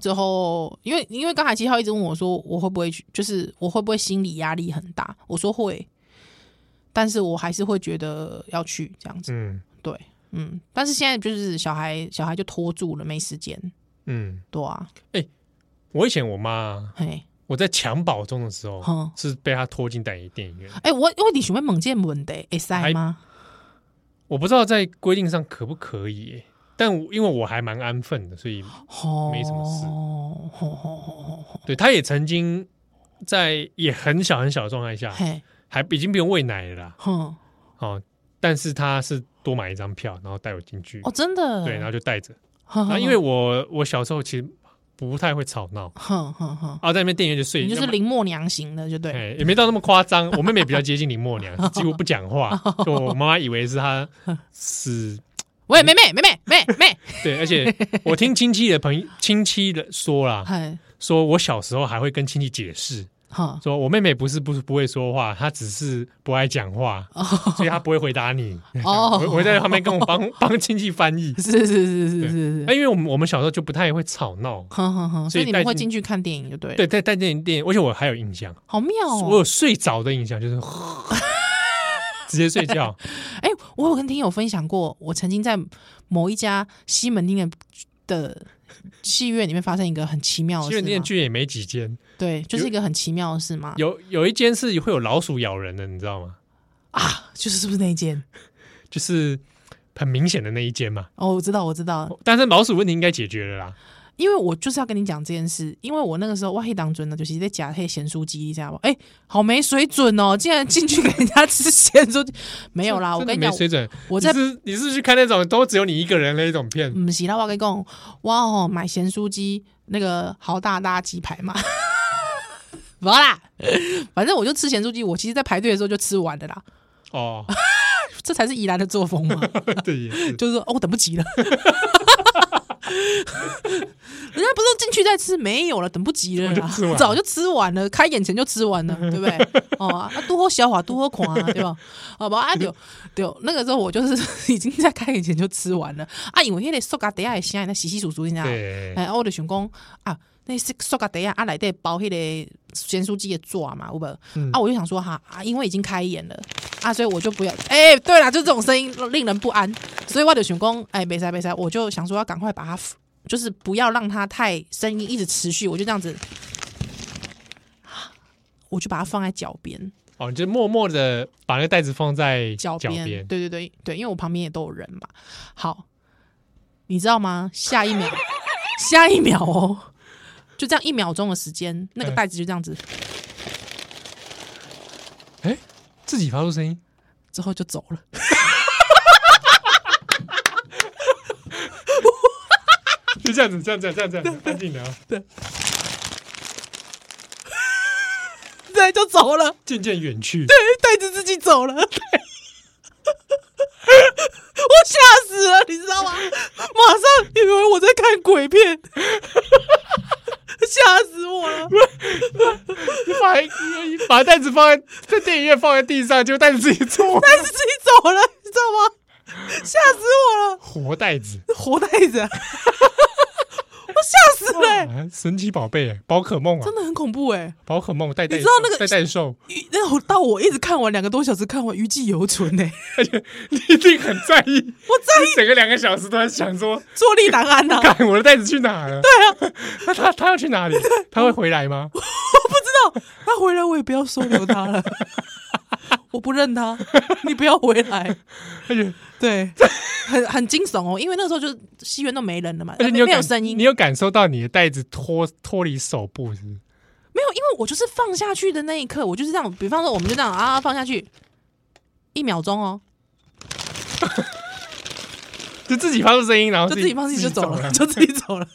B: 之后因为因为刚才七号一直问我说我会不会去，就是我会不会心理压力很大？我说会，但是我还是会觉得要去这样子。
A: 嗯
B: 对，嗯，但是现在就是小孩小孩就拖住了，没时间。
A: 嗯，
B: 对啊，
A: 我以前我妈，
B: 嘿，
A: 我在襁褓中的时候，
B: 哼，
A: 是被她拖进电影电影院，
B: 哎、我我你喜欢猛见文的哎塞吗？
A: 我不知道在规定上可不可以耶，但我因为我还蛮安分的，所以
B: 哦，
A: 没什么事
B: 哦吼吼吼吼吼
A: 对，她也曾经在也很小很小的状态下，
B: 嘿，
A: 还已经不用喂奶了啦，
B: 哼，
A: 哦，但是她是多买一张票，然后带我进去
B: 哦，，真的，
A: 对，然后就带着，
B: 哼，
A: 然后
B: 哼
A: 因为我我小时候其实不太会吵闹。
B: 哼哼哼。
A: 啊，在那边电影院就睡，
B: 你就
A: 要
B: 是
A: 么
B: 林默娘型的，就对。
A: 哎，也没到那么夸张。我妹妹比较接近林默娘，几乎不讲话。
B: 哦
A: 就我妈妈以为是她是
B: 喂，妹妹，妹妹，妹 妹，
A: 对，而且我听亲戚的朋友亲戚的说啦，
B: 嗨，
A: 说我小时候还会跟亲戚解释，
B: 哈，
A: 说我妹妹不是不不会说话，她只是不爱讲话，所以她不会回答你。
B: 哦
A: 我我在旁边跟我 帮帮亲戚翻译。
B: 是是是是是
A: 那
B: 是，
A: 因为我们我们小时候就不太会吵闹，
B: 哼哼哼，所
A: 所以
B: 以你
A: 带
B: 们会
A: 进
B: 进去看电影就对了，
A: 对，在在
B: 哦
A: 电影电影，而且我还有印象，
B: 好妙
A: 我
B: 哦，
A: 有睡着的印象，就是 直接睡觉。
B: 哎、我有跟听友分享过，我曾经在某一家西门町的的戏院里面发生一个很奇妙的
A: 西
B: 事
A: 门店
B: 嘛，
A: 剧也没几间，
B: 对，就是
A: 有
B: 一个很奇妙的事嘛，
A: 有有一间是会有老鼠咬人的，你知道吗？
B: 就是是不是那一间？
A: 就是很明显的那一间嘛。
B: 哦，我知道，我知道，
A: 但是老鼠问题应该解决了啦。
B: 因为我就是要跟你讲这件事，因为我那个时候哇，黑当尊呢，就是在夹黑咸酥鸡，这样吧？哎、好没水准哦，竟然进去给人家吃咸酥鸡，没有 啦，我
A: 真的
B: 跟你讲
A: 没，水准。
B: 我在嗯
A: 你是你是去看那种都只有你一个人的那种片，
B: 唔是啦，我跟你讲，我哦买咸酥鸡那个豪大大鸡排嘛， 不要啦，反正我就吃咸酥鸡，我其实在排队的时候就吃完的啦，
A: 哦，
B: 这才是宜兰的作风嘛。
A: 对，也 是。
B: 就是说哦，我等不及了。人家不是说进去再吃，没有了，等不及了
A: 我
B: 啦
A: 就吃完了，
B: 早就吃完了，开眼前就吃完了，对不对？哦，啊，多喝小华，多喝狂啊，对吧？好吧，啊，对对，那个时候我就是 已经在开眼前就吃完了，啊，因为那个塑胶袋的声音，那稀稀疏疏，你知道吗？
A: 对，
B: 哎，啊我就想讲啊，那是塑胶袋啊，啊，内底包迄个咸酥鸡的纸嘛，有无？啊，我就想说哈啊，因为已经开演了啊，所以我就不要。哎、对啦，就这种声音令人不安，所以我就想讲，哎、没事没事，我就想说要赶快把它，就是不要让它太声音一直持续，我就这样子，我就把它放在脚边，
A: 哦，你就默默的把那个袋子放在
B: 脚
A: 脚
B: 边，对对对对，因为我旁边也都有人嘛。好，你知道吗？下 一秒，下一秒哦，就这样一秒钟的时间，那个
A: 嗯
B: 袋子就这样子，
A: 哎，自己发出声音，
B: 之后就走了。
A: 就这样子，这样这样这样这 样，安静的啊，
B: 对，就走了，哎
A: 渐渐远去。
B: 袋子自己走了。 我吓死了，你知道吗？马上以为我在看鬼片， 吓死我 了。
A: 把把袋子放在在电影院放在地上，结果袋子自己走，
B: 袋子自己走了，你知道吗？吓死我了。
A: 活袋子，
B: 活袋子， 我吓死了欸、
A: 啊神奇宝贝，宝可梦啊
B: 真，的很恐怖哎、
A: 宝可梦带袋，
B: 你知道那个
A: 带袋兽，
B: 余那我到我一直看完两个多小时，看完余悸犹存哎、
A: 而且你一定很在 意，
B: 我在
A: 你整个两个小时都在想说，
B: 坐立难安呐、
A: 看我的袋子去哪了？对啊，那他他要去哪里？他会回来吗？
B: 我不知道他回来，我也不要收留他了， 我不认他，你不要回来。
A: 而 且
B: 对，很很惊悚哦，因为那时候就是戏院都没人了嘛，
A: 而且你
B: 没
A: 有
B: 没有
A: 感
B: 声音，
A: 你有感受到你的袋子脱脱离手部是不是？
B: 没有，因为我就是放下去的那一刻，我就是这样，比方说我们就这样啊放下去，一秒钟哦，
A: 就自己发出声音，然后
B: 就自己放弃就走了，
A: 了。
B: 就自己走了。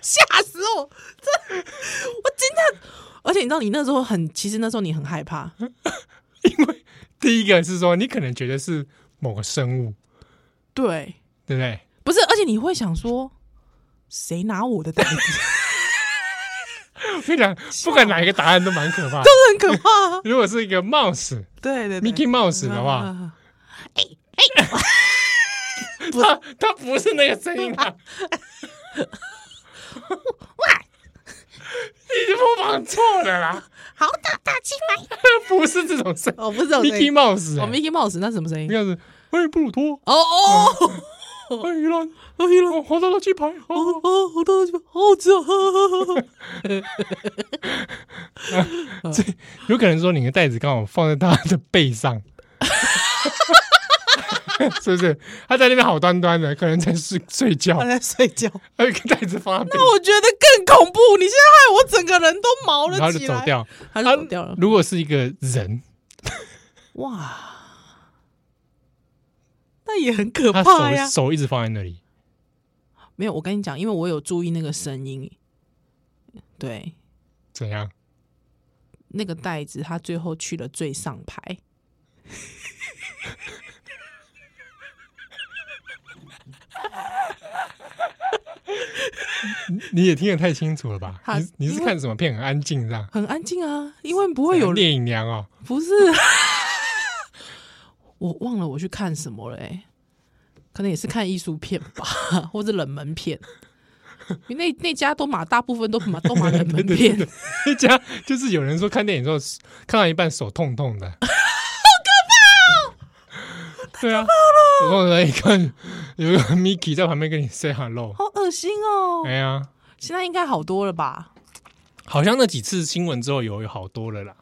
B: 吓死我！这我惊叹，而且你知道，你那时候很，其实那时候你很害怕，
A: 第一个是说，你可能觉得是某个生物，
B: 对，
A: 对不对？
B: 不是，而且你会想说，谁拿我的袋子？
A: 我跟你讲，不管哪一个答案都蛮可怕的。
B: 很可怕、啊，
A: 如果是一个 mouse
B: 对对对
A: Mickey Mouse 的话，
B: 啊
A: 它它不是那个声音 啊。 你模仿错了啦，
B: 好大大进来，
A: 不是这种声
B: 哦，不是这种声
A: ，Mickey
B: 音，
A: Mouse，
B: 哦
A: 欸
B: ，Mickey Mouse 那是什么声
A: 应
B: 音？
A: 该是哎布鲁托，
B: 哦哦
A: 哎鱼兰，
B: 哦，原来
A: 哦黄道的鸡排，哦
B: 哦哦，好大的鸡排，好好吃啊！
A: 有可能说你的袋子刚好放在他的背上， 是不是？他在那边好端端的，可能在睡睡觉
B: 他，在睡觉。
A: 还有一个袋子放在背
B: 那我觉得更恐怖，你现在害我整个人都毛
A: 然后
B: 了
A: 就
B: 起
A: 走
B: 来，
A: 掉。
B: 他就走掉了。
A: 如果是一个人，
B: 哇，那也很啊可
A: 他
B: 怕呀
A: 手！手一直放在那里，
B: 没有，我跟你讲，因为我有注意那个声音，对，
A: 怎样？
B: 那个袋子他最后去了最上排。
A: 你也听得太清楚了吧？
B: 他
A: 你你是看什么片？很安静这样？
B: 很安静啊，因为不会有人。
A: 聂隐娘哦，
B: 不是， 我忘了我去看 什么了、欸，可能也是看艺术片吧，或者冷门片。那那家都马大部分都马都马冷门店，
A: 一家就是有人说看电影之后看到一半手痛痛的，好 可怕哦！对啊，我后来一看有一个 Mickey 在旁边跟你 say hello，
B: 好恶心哦
A: 哎。呀，
B: 现在应该好多了吧？
A: 好像那几次新闻之后有有好多了啦，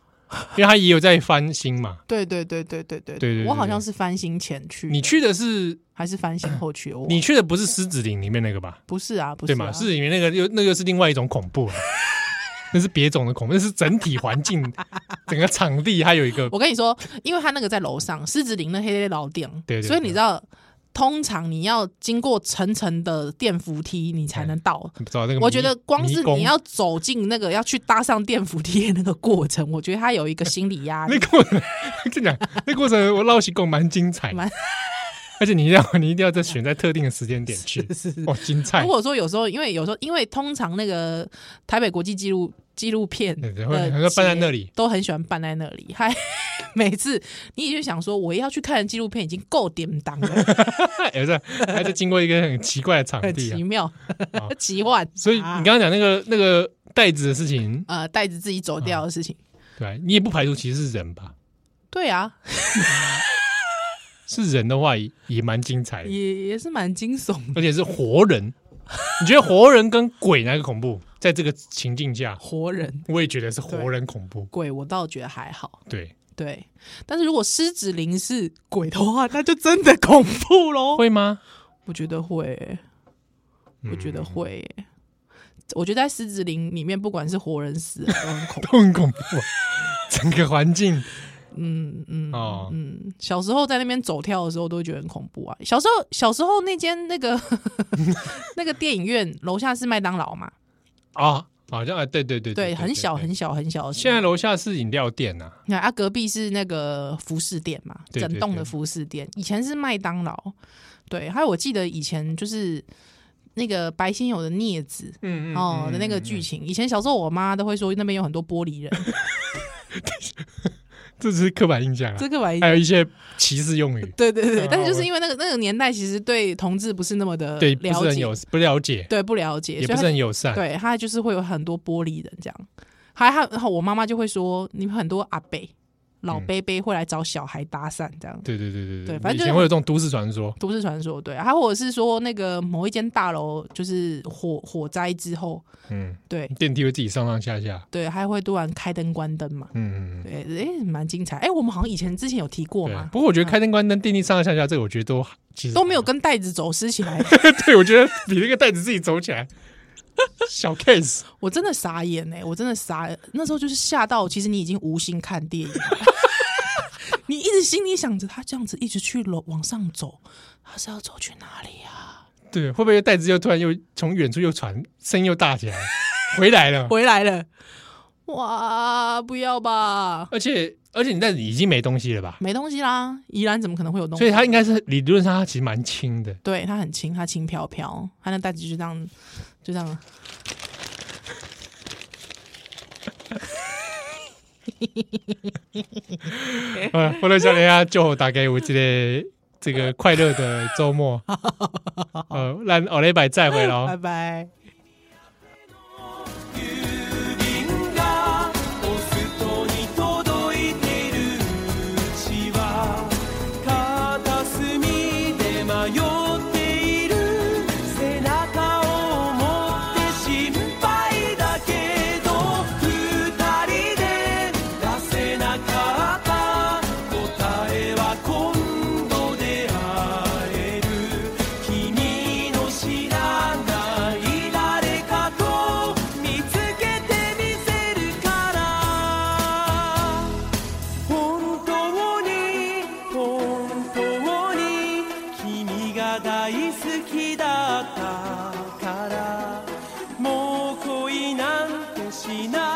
A: 因为他也有在翻新嘛。
B: 对对对对对
A: 对
B: 对
A: 对对
B: 我好像是翻新前去的，
A: 你去的是
B: 还是翻新后去？我
A: 你去的不是狮子林里面那个吧？
B: 不是啊，不是、
A: 对
B: 啊、
A: 嘛？狮子林里面那个又那个是另外一种恐 怖、啊，那是别种的恐怖，那是整体环境、整个场地还有一个
B: 我跟你说，因为他那个在楼上，狮子林那黑黑老店，
A: 对对对
B: 所以你知道，通常你要经过层层的电扶梯，你才能到。
A: 不知道那个迷。
B: 我觉得光是
A: 迷宫
B: 你要走进那个要去搭上电扶梯的那个过程，我觉得他有一个心理压
A: 那
B: 力。
A: 过 程，跟你讲，那过程我捞起够蛮精彩的
B: 蛮，
A: 而且你一定要你一定要在选在特定的时间点去，
B: 是是
A: 哦，精彩
B: 如，果说有时候，因为有时候，因为通常那个台北国际纪录纪录片
A: 对对，
B: 的
A: 会很多办在那
B: 里，
A: 里，
B: 都很喜欢办在那里。 还每次你就想说，我要去看的纪录片已经够典当 了，
A: 还在还在经过一个很奇怪的场
B: 很
A: 地啊
B: 奇，妙
A: 哦、
B: 奇幻。
A: 所以你刚刚讲那个那个袋子的事情，
B: 呃带着自己走掉的事情。
A: 对你也不排除其实是人吧？
B: 对啊，
A: 是人的话也也蛮精彩的，
B: 也也是蛮惊悚的。
A: 而且是活人。你觉得活人跟鬼哪个恐怖？在这个情境下，
B: 活人
A: 我也觉得是活人恐怖。
B: 鬼，我倒觉得还好。
A: 对，
B: 对，但是如果狮子林是鬼的话，那就真的恐怖喽。
A: 会吗？
B: 我觉得会欸、我觉
A: 嗯
B: 得会欸、我觉得在狮子林里面，不管是活人死人都 很恐怖。
A: 都很恐怖，整个环境，嗯嗯哦，
B: 嗯，小时候在那边走跳的时候，都会觉得很恐怖啊。小时候，小时候那间 那个 那个电影院楼下是麦当劳嘛，
A: 啊，好像啊，对对对
B: 对，很小。
A: 对
B: 很小很小的时候。
A: 现在楼下是饮料店呐，
B: 那啊，隔壁是那个服饰店嘛，
A: 对对
B: 整栋的服饰店，以前是麦当劳，对，还有我记得以前就是那个白先勇的镊子。
A: 嗯
B: 哦的那个剧情，以前小时候我妈都会说那边有很多玻璃人，
A: 这只是刻板印象啊
B: 这，个玩意
A: 还，有一些歧视用语，
B: 对对对
A: 啊，
B: 但是就是因为那个那个年代，其实对同志不是那么的
A: 对，不
B: 了
A: 是很
B: 解
A: 友，不了解，
B: 对不了解，
A: 也
B: 所
A: 不
B: 以
A: 是
B: 她
A: 很友善，
B: 对他就是会有很多玻璃人这样，还还然后我妈妈就会说，你们很多阿伯、老
A: 嗯
B: 伯伯会来找小孩搭讪这样，
A: 对对对对
B: 对反正
A: 以
B: 就是
A: 前会有这种都市传说，
B: 都市传说，对，还啊或者是说那个某一间大楼就是火火灾之后，
A: 嗯，
B: 对
A: 电梯会自己上上下下，
B: 对，还会突然开灯关灯嘛，
A: 嗯嗯嗯，
B: 对，诶，蛮精彩，诶，我们好像以前之前有提过
A: 对。
B: 嘛，
A: 不过我觉得开灯关灯、电梯上上下下，这个我觉得都其实
B: 都没有，跟袋子走私起来，
A: 对我觉得比那个袋子自己走起来 小 case，
B: 我真的傻眼哎、我真的傻，那时候就是吓到，其实你已经无心看电影 了，你一直心里想着他这样子一直去楼往上走，他是要走去哪里啊？
A: 对，会不会袋子又突然又从远处又传声音又大 起来，回来了？
B: 回来了，哇，不要吧，
A: 而且而且你袋子已经没东西了吧？
B: 没东西啦，宜兰怎么可能会有东西？
A: 所以它应该是理论上它其实蛮轻 的，
B: 对它很轻，它轻飘飘，它那袋子就这样，就这样。
A: 呃，欢乐笑脸啊，就大概我记得这个快乐的周 末，呃，让奥雷百再会喽
B: 拜。拜。
D: 郵便がポストに届いてるうちは片隅で迷っている背中を持って心配だけど二人で出せなかった答えは今度であえる君の知らない誰かと見つけてみせるから本当に本当に君が大好きだったからもう恋なんてしない